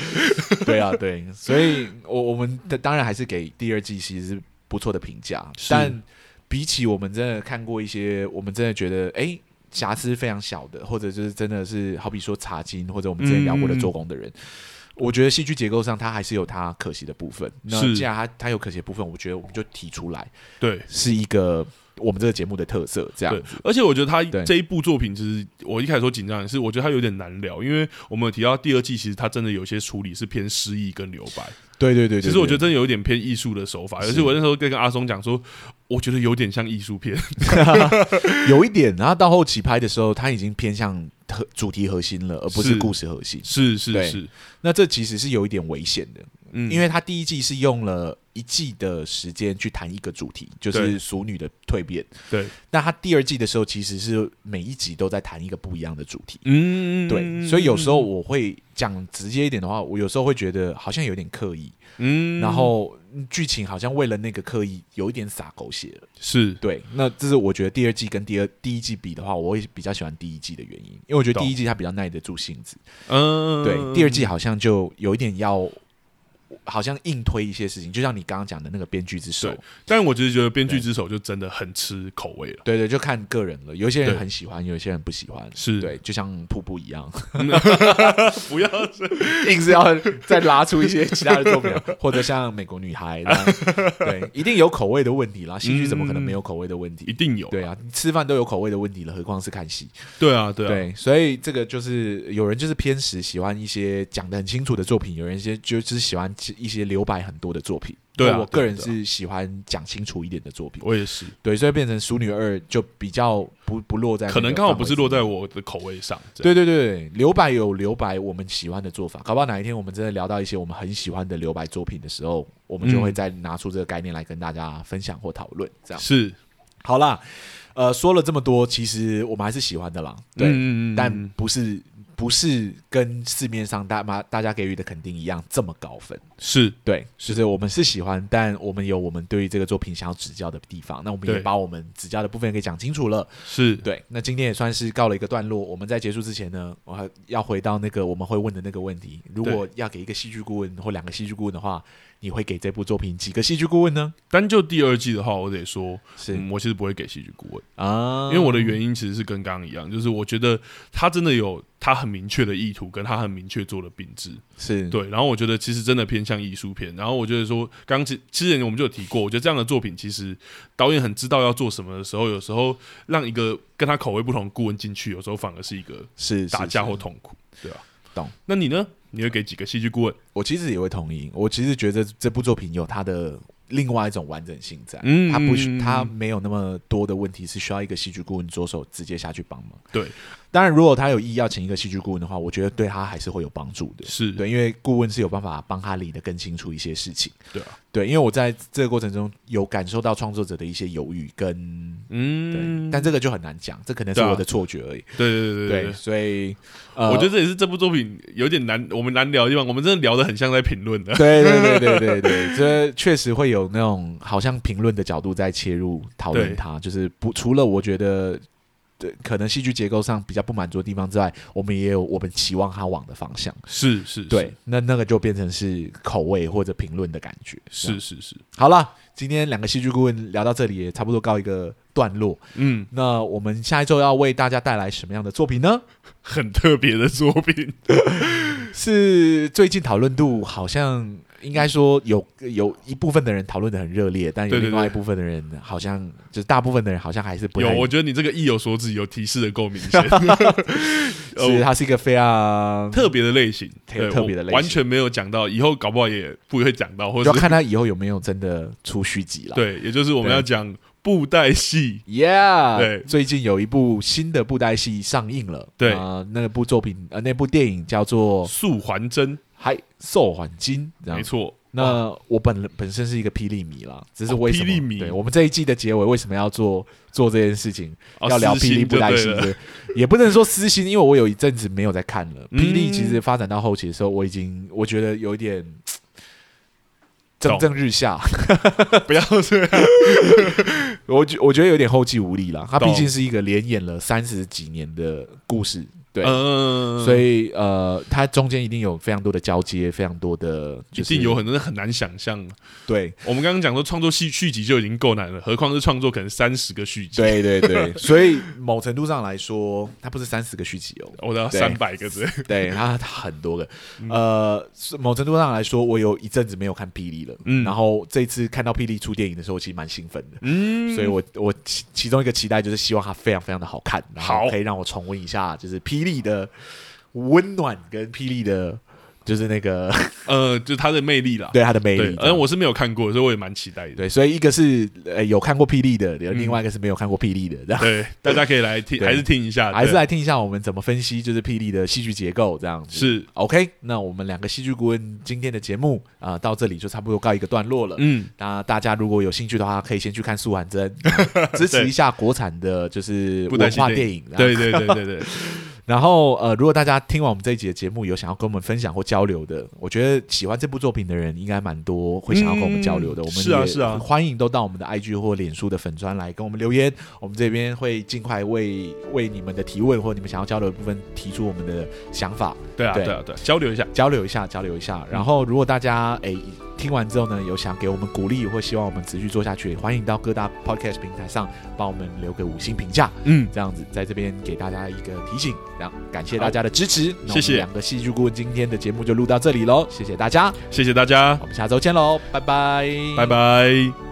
S2: 对啊，对，所以我我们的当然还是给第二季其实是不错的评价，
S1: 是
S2: 但比起我们真的看过一些，我们真的觉得哎。诶瑕疵非常小的，或者就是真的是好比说茶金，或者我们之前聊过的
S1: 嗯
S2: 做工的人，我觉得戏剧结构上它还是有它可惜的部分。那
S1: 是
S2: 既然它它有可惜的部分，我觉得我们就提出来，
S1: 对
S2: 是一个我们这个节目的特色。这样
S1: 对，而且我觉得他
S2: 对
S1: 这一部作品，其实我一开始说紧张也是，我觉得他有点难聊，因为我们有提到第二季，其实他真的有些处理是偏诗意跟留白。
S2: 对对对对，
S1: 其实我觉得
S2: 得
S1: 真的有一点偏艺术的手法，
S2: 是
S1: 而且我那时候跟阿松讲说，我觉得有点像艺术片。
S2: 有一点，然后到后期拍的时候，它已经偏向核主题核心了，而不是
S1: 是
S2: 故事核心。
S1: 是是
S2: 对
S1: 是，
S2: 那这其实是有一点危险的，
S1: 嗯，
S2: 因为它第一季是用了一季的时间去谈一个主题，就是
S1: 对
S2: 熟女的蜕变。
S1: 对，
S2: 那它第二季的时候，其实是每一集都在谈一个不一样的主题。
S1: 嗯，
S2: 对，所以有时候我会讲直接一点的话，我有时候会觉得好像有点刻意，
S1: 嗯，
S2: 然后嗯剧情好像为了那个刻意有一点洒狗血了。
S1: 是
S2: 对，那这是我觉得第二季跟第二第一季比的话，我会比较喜欢第一季的原因，因为我觉得
S1: 懂
S2: 第一季它比较耐得住性子，
S1: 嗯，
S2: 对，第二季好像就有一点要，好像硬推一些事情，就像你刚刚讲的那个编剧之手，
S1: 但我只是觉得编剧之手就真的很吃口味了。
S2: 对对，就看个人了，有些人
S1: 对
S2: 很喜欢，有些人不喜欢，
S1: 是
S2: 对，就像瀑布一样，
S1: 不要是
S2: 硬是要再拉出一些其他的作品， 或者像美国女孩，那样对，一定有口味的问题啦，戏剧怎么可能没有口味的问题？
S1: 一定有，
S2: 对啊，吃饭都有口味的问题了，何况是看戏？
S1: 对啊，对啊，
S2: 对，所以这个就是有人就是偏食，喜欢一些讲的很清楚的作品；有人一些就只喜欢一些留白很多的作品。
S1: 对啊
S2: 那我
S1: 对
S2: 个
S1: 啊
S2: 人
S1: 对啊
S2: 是喜欢讲清楚一点的作品。
S1: 我也是，
S2: 对，所以变成《淑女二》就比较不不落在那个
S1: 可能刚好不是落在
S2: 范围
S1: 我的口味上。这样
S2: 内。对对对，留白有留白我们喜欢的做法，搞不好哪一天我们真的聊到一些我们很喜欢的留白作品的时候，我们就
S1: 嗯
S2: 会再拿出这个概念来跟大家分享或讨论。这样
S1: 是，
S2: 好啦，呃，说了这么多，其实我们还是喜欢的啦。对，
S1: 嗯嗯嗯
S2: 但不是不是跟市面上大妈大家给予的肯定一样这么高分。
S1: 是
S2: 对，就是我们是喜欢，但我们有我们对于这个作品想要指教的地方，那我们也
S1: 对
S2: 把我们指教的部分给讲清楚了。
S1: 是，
S2: 对，那今天也算是告了一个段落。我们在结束之前呢，我还要回到那个我们会问的那个问题：如
S1: 对
S2: 果要给一个戏剧顾问或两个戏剧顾问的话，你会给这部作品几个戏剧顾问呢？
S1: 单就第二季的话，我得说，
S2: 是
S1: 嗯，我其实不会给戏剧顾问，
S2: 啊，
S1: 因为我的原因其实是跟刚刚一样，就是我觉得他真的有他很明确的意图，跟他很明确做的品质。
S2: 是
S1: 对，然后我觉得其实真的偏向艺术片。然后我觉得说，刚之之前我们就有提过，我觉得这样的作品其实导演很知道要做什么的时候，有时候让一个跟他口味不同的顾问进去，有时候反而是一个
S2: 是
S1: 打架
S2: 是
S1: 或痛苦，对吧、
S2: 懂。
S1: 那你呢？你会给几个戏剧顾问？
S2: 我其实也会同意，我其实觉得这部作品有它的另外一种完整性在，
S1: 嗯
S2: 它不
S1: 嗯
S2: 需
S1: 嗯
S2: 它没有那么多的问题是需要一个戏剧顾问着手直接下去帮忙。
S1: 对，
S2: 当然如果他有意要请一个戏剧顾问的话，我觉得对他还是会有帮助的。
S1: 是
S2: 对，因为顾问是有办法帮他理得更清楚一些事情。
S1: 对啊，
S2: 对，因为我在这个过程中有感受到创作者的一些犹豫跟。对，
S1: 嗯，
S2: 但这个就很难讲，这可能是
S1: 对啊
S2: 我的错觉而已。
S1: 对对对对
S2: 对，
S1: 对。
S2: 所以、呃、
S1: 我觉得这也是这部作品有点难，我们难聊的地方。我们真的聊得很像在评 论的，
S2: 对对对对对对，这确实会有那种好像评论的角度在切入讨论
S1: 对
S2: 它，就是不除了我觉得。对，可能戏剧结构上比较不满足的地方之外，我们也有我们期望它往的方向。
S1: 是是，
S2: 对，那那个就变成是口味或者评论的感觉。这
S1: 是
S2: 样，
S1: 是是是，
S2: 好了，今天两个戏剧顾问聊到这里也差不多告一个段落。
S1: 嗯，
S2: 那我们下一周要为大家带来什么样的作品呢？
S1: 很特别的作品。
S2: 是最近讨论度好像应该说有有一部分的人讨论的很热烈，但有
S1: 对对
S2: 另外一
S1: 对
S2: 部分的人好像就是大部分的人好像还是不
S1: 有，
S2: 太
S1: 我觉得你这个意有所指，有提示的够明 显，呃
S2: 是它是一个非常
S1: 特别的类型，
S2: 特
S1: 对
S2: 特别的类型
S1: 我完全没有讲到，以后搞不好也不会讲到，或
S2: 就要
S1: 者是
S2: 看他以后有没有真的出续集了。
S1: 对，也就是我们
S2: 对
S1: 要讲布袋戏，
S2: ，Yeah，
S1: 对
S2: 最近有一部新的布袋戏上映了，
S1: 对
S2: 啊，那部作品呃那部电影叫做
S1: 《
S2: 《
S1: 素还真》，
S2: 嗨兽还金》，这样
S1: 没错，
S2: 那我本人本身是一个霹雳迷啦，只是
S1: 哦
S2: 为什么？
S1: 霹雳迷
S2: 对我们这一季的结尾为什么要做做这件事情？
S1: 哦
S2: 要聊
S1: 私
S2: 霹雳
S1: 心
S2: 布
S1: 就
S2: 袋
S1: 对
S2: 戏
S1: 了
S2: 的，也不能说私心，因为我有一阵子没有在看了。霹雳其
S1: 嗯
S2: 实发展到后期的时候，我已经我觉得有一点嘖蒸
S1: 懂
S2: 蒸日 下，
S1: 不要这样。
S2: 我觉我觉得有点后继无力了。它
S1: 懂
S2: 毕竟是一个连演了三十几年的故事，对，
S1: 嗯，
S2: 所以呃，它中间一定有非常多的交接，非常多的、
S1: 一
S2: 就是，
S1: 定有很多人很难想象。
S2: 对。
S1: 我们刚刚讲说创作戏续集就已经够难了，何况是创作可能三十个续集。
S2: 对对 对，所以某程度上来说，它不是三十个续集哦，
S1: 我的
S2: 对
S1: 三百个字，
S2: 对，它很多个。
S1: 嗯
S2: 呃，是某程度上来说，我有一阵子没有看霹雳了，
S1: 嗯
S2: 然后这次看到霹雳出电影的时候，我其实蛮兴奋的。
S1: 嗯，
S2: 所以我，我其其中一个期待就是希望它非常非常的好看，然后
S1: 好
S2: 可以让我重温一下，就是霹雳的温暖跟霹雳的，就是那个 。
S1: 呃，就是它的魅力啦
S2: 对它的魅
S1: 对呃
S2: 力，。
S1: 而我是没有看过，所以我也蛮期待的。
S2: 对，所以一个是呃有看过霹雳的，
S1: 嗯
S2: 另外一个是没有看过霹雳的，这样。
S1: 对，大家可以来听，
S2: 对
S1: 还是听一下，
S2: 还是
S1: 对
S2: 来听一下我们怎么分析，就是霹雳的戏剧结构这样子。
S1: 是
S2: OK，那我们两个戏剧顾问今天的节目啊、到这里就差不多告一个段落了。
S1: 嗯，
S2: 那大家如果有兴趣的话，可以先去看素还真， 啊支持一下国产的，就是
S1: 不担
S2: 呃文
S1: 心
S2: 化电影。啊
S1: 对对对对对，
S2: 然后呃，如果大家听完我们这一集的节目，有想要跟我们分享或交流的，我觉得喜欢这部作品的人应该蛮多，会想要跟我们交流的。
S1: 嗯
S2: 我们
S1: 是啊
S2: 也
S1: 是啊
S2: 欢迎都到我们的 IG 或脸书的粉砖来跟我们留言，我们这边会尽快为为你们的提问或你们想要交流的部分提出我们的想法，
S1: 对啊
S2: 对
S1: 对啊对啊，交流一下，
S2: 交流一下，交流一
S1: 嗯
S2: 下。然后如果大家诶。听完之后呢，有想给我们鼓励或希望我们持续做下去，欢迎到各大 podcast 平台上帮我们留个五星评价。
S1: 嗯，
S2: 这样子，在这边给大家一个提醒，然后感谢大家的支持。那我们
S1: 谢谢
S2: 两个戏剧顾问今天的节目就录到这里喽，谢谢大家，
S1: 谢谢大家，
S2: 我们下周见喽，拜拜，
S1: 拜。拜。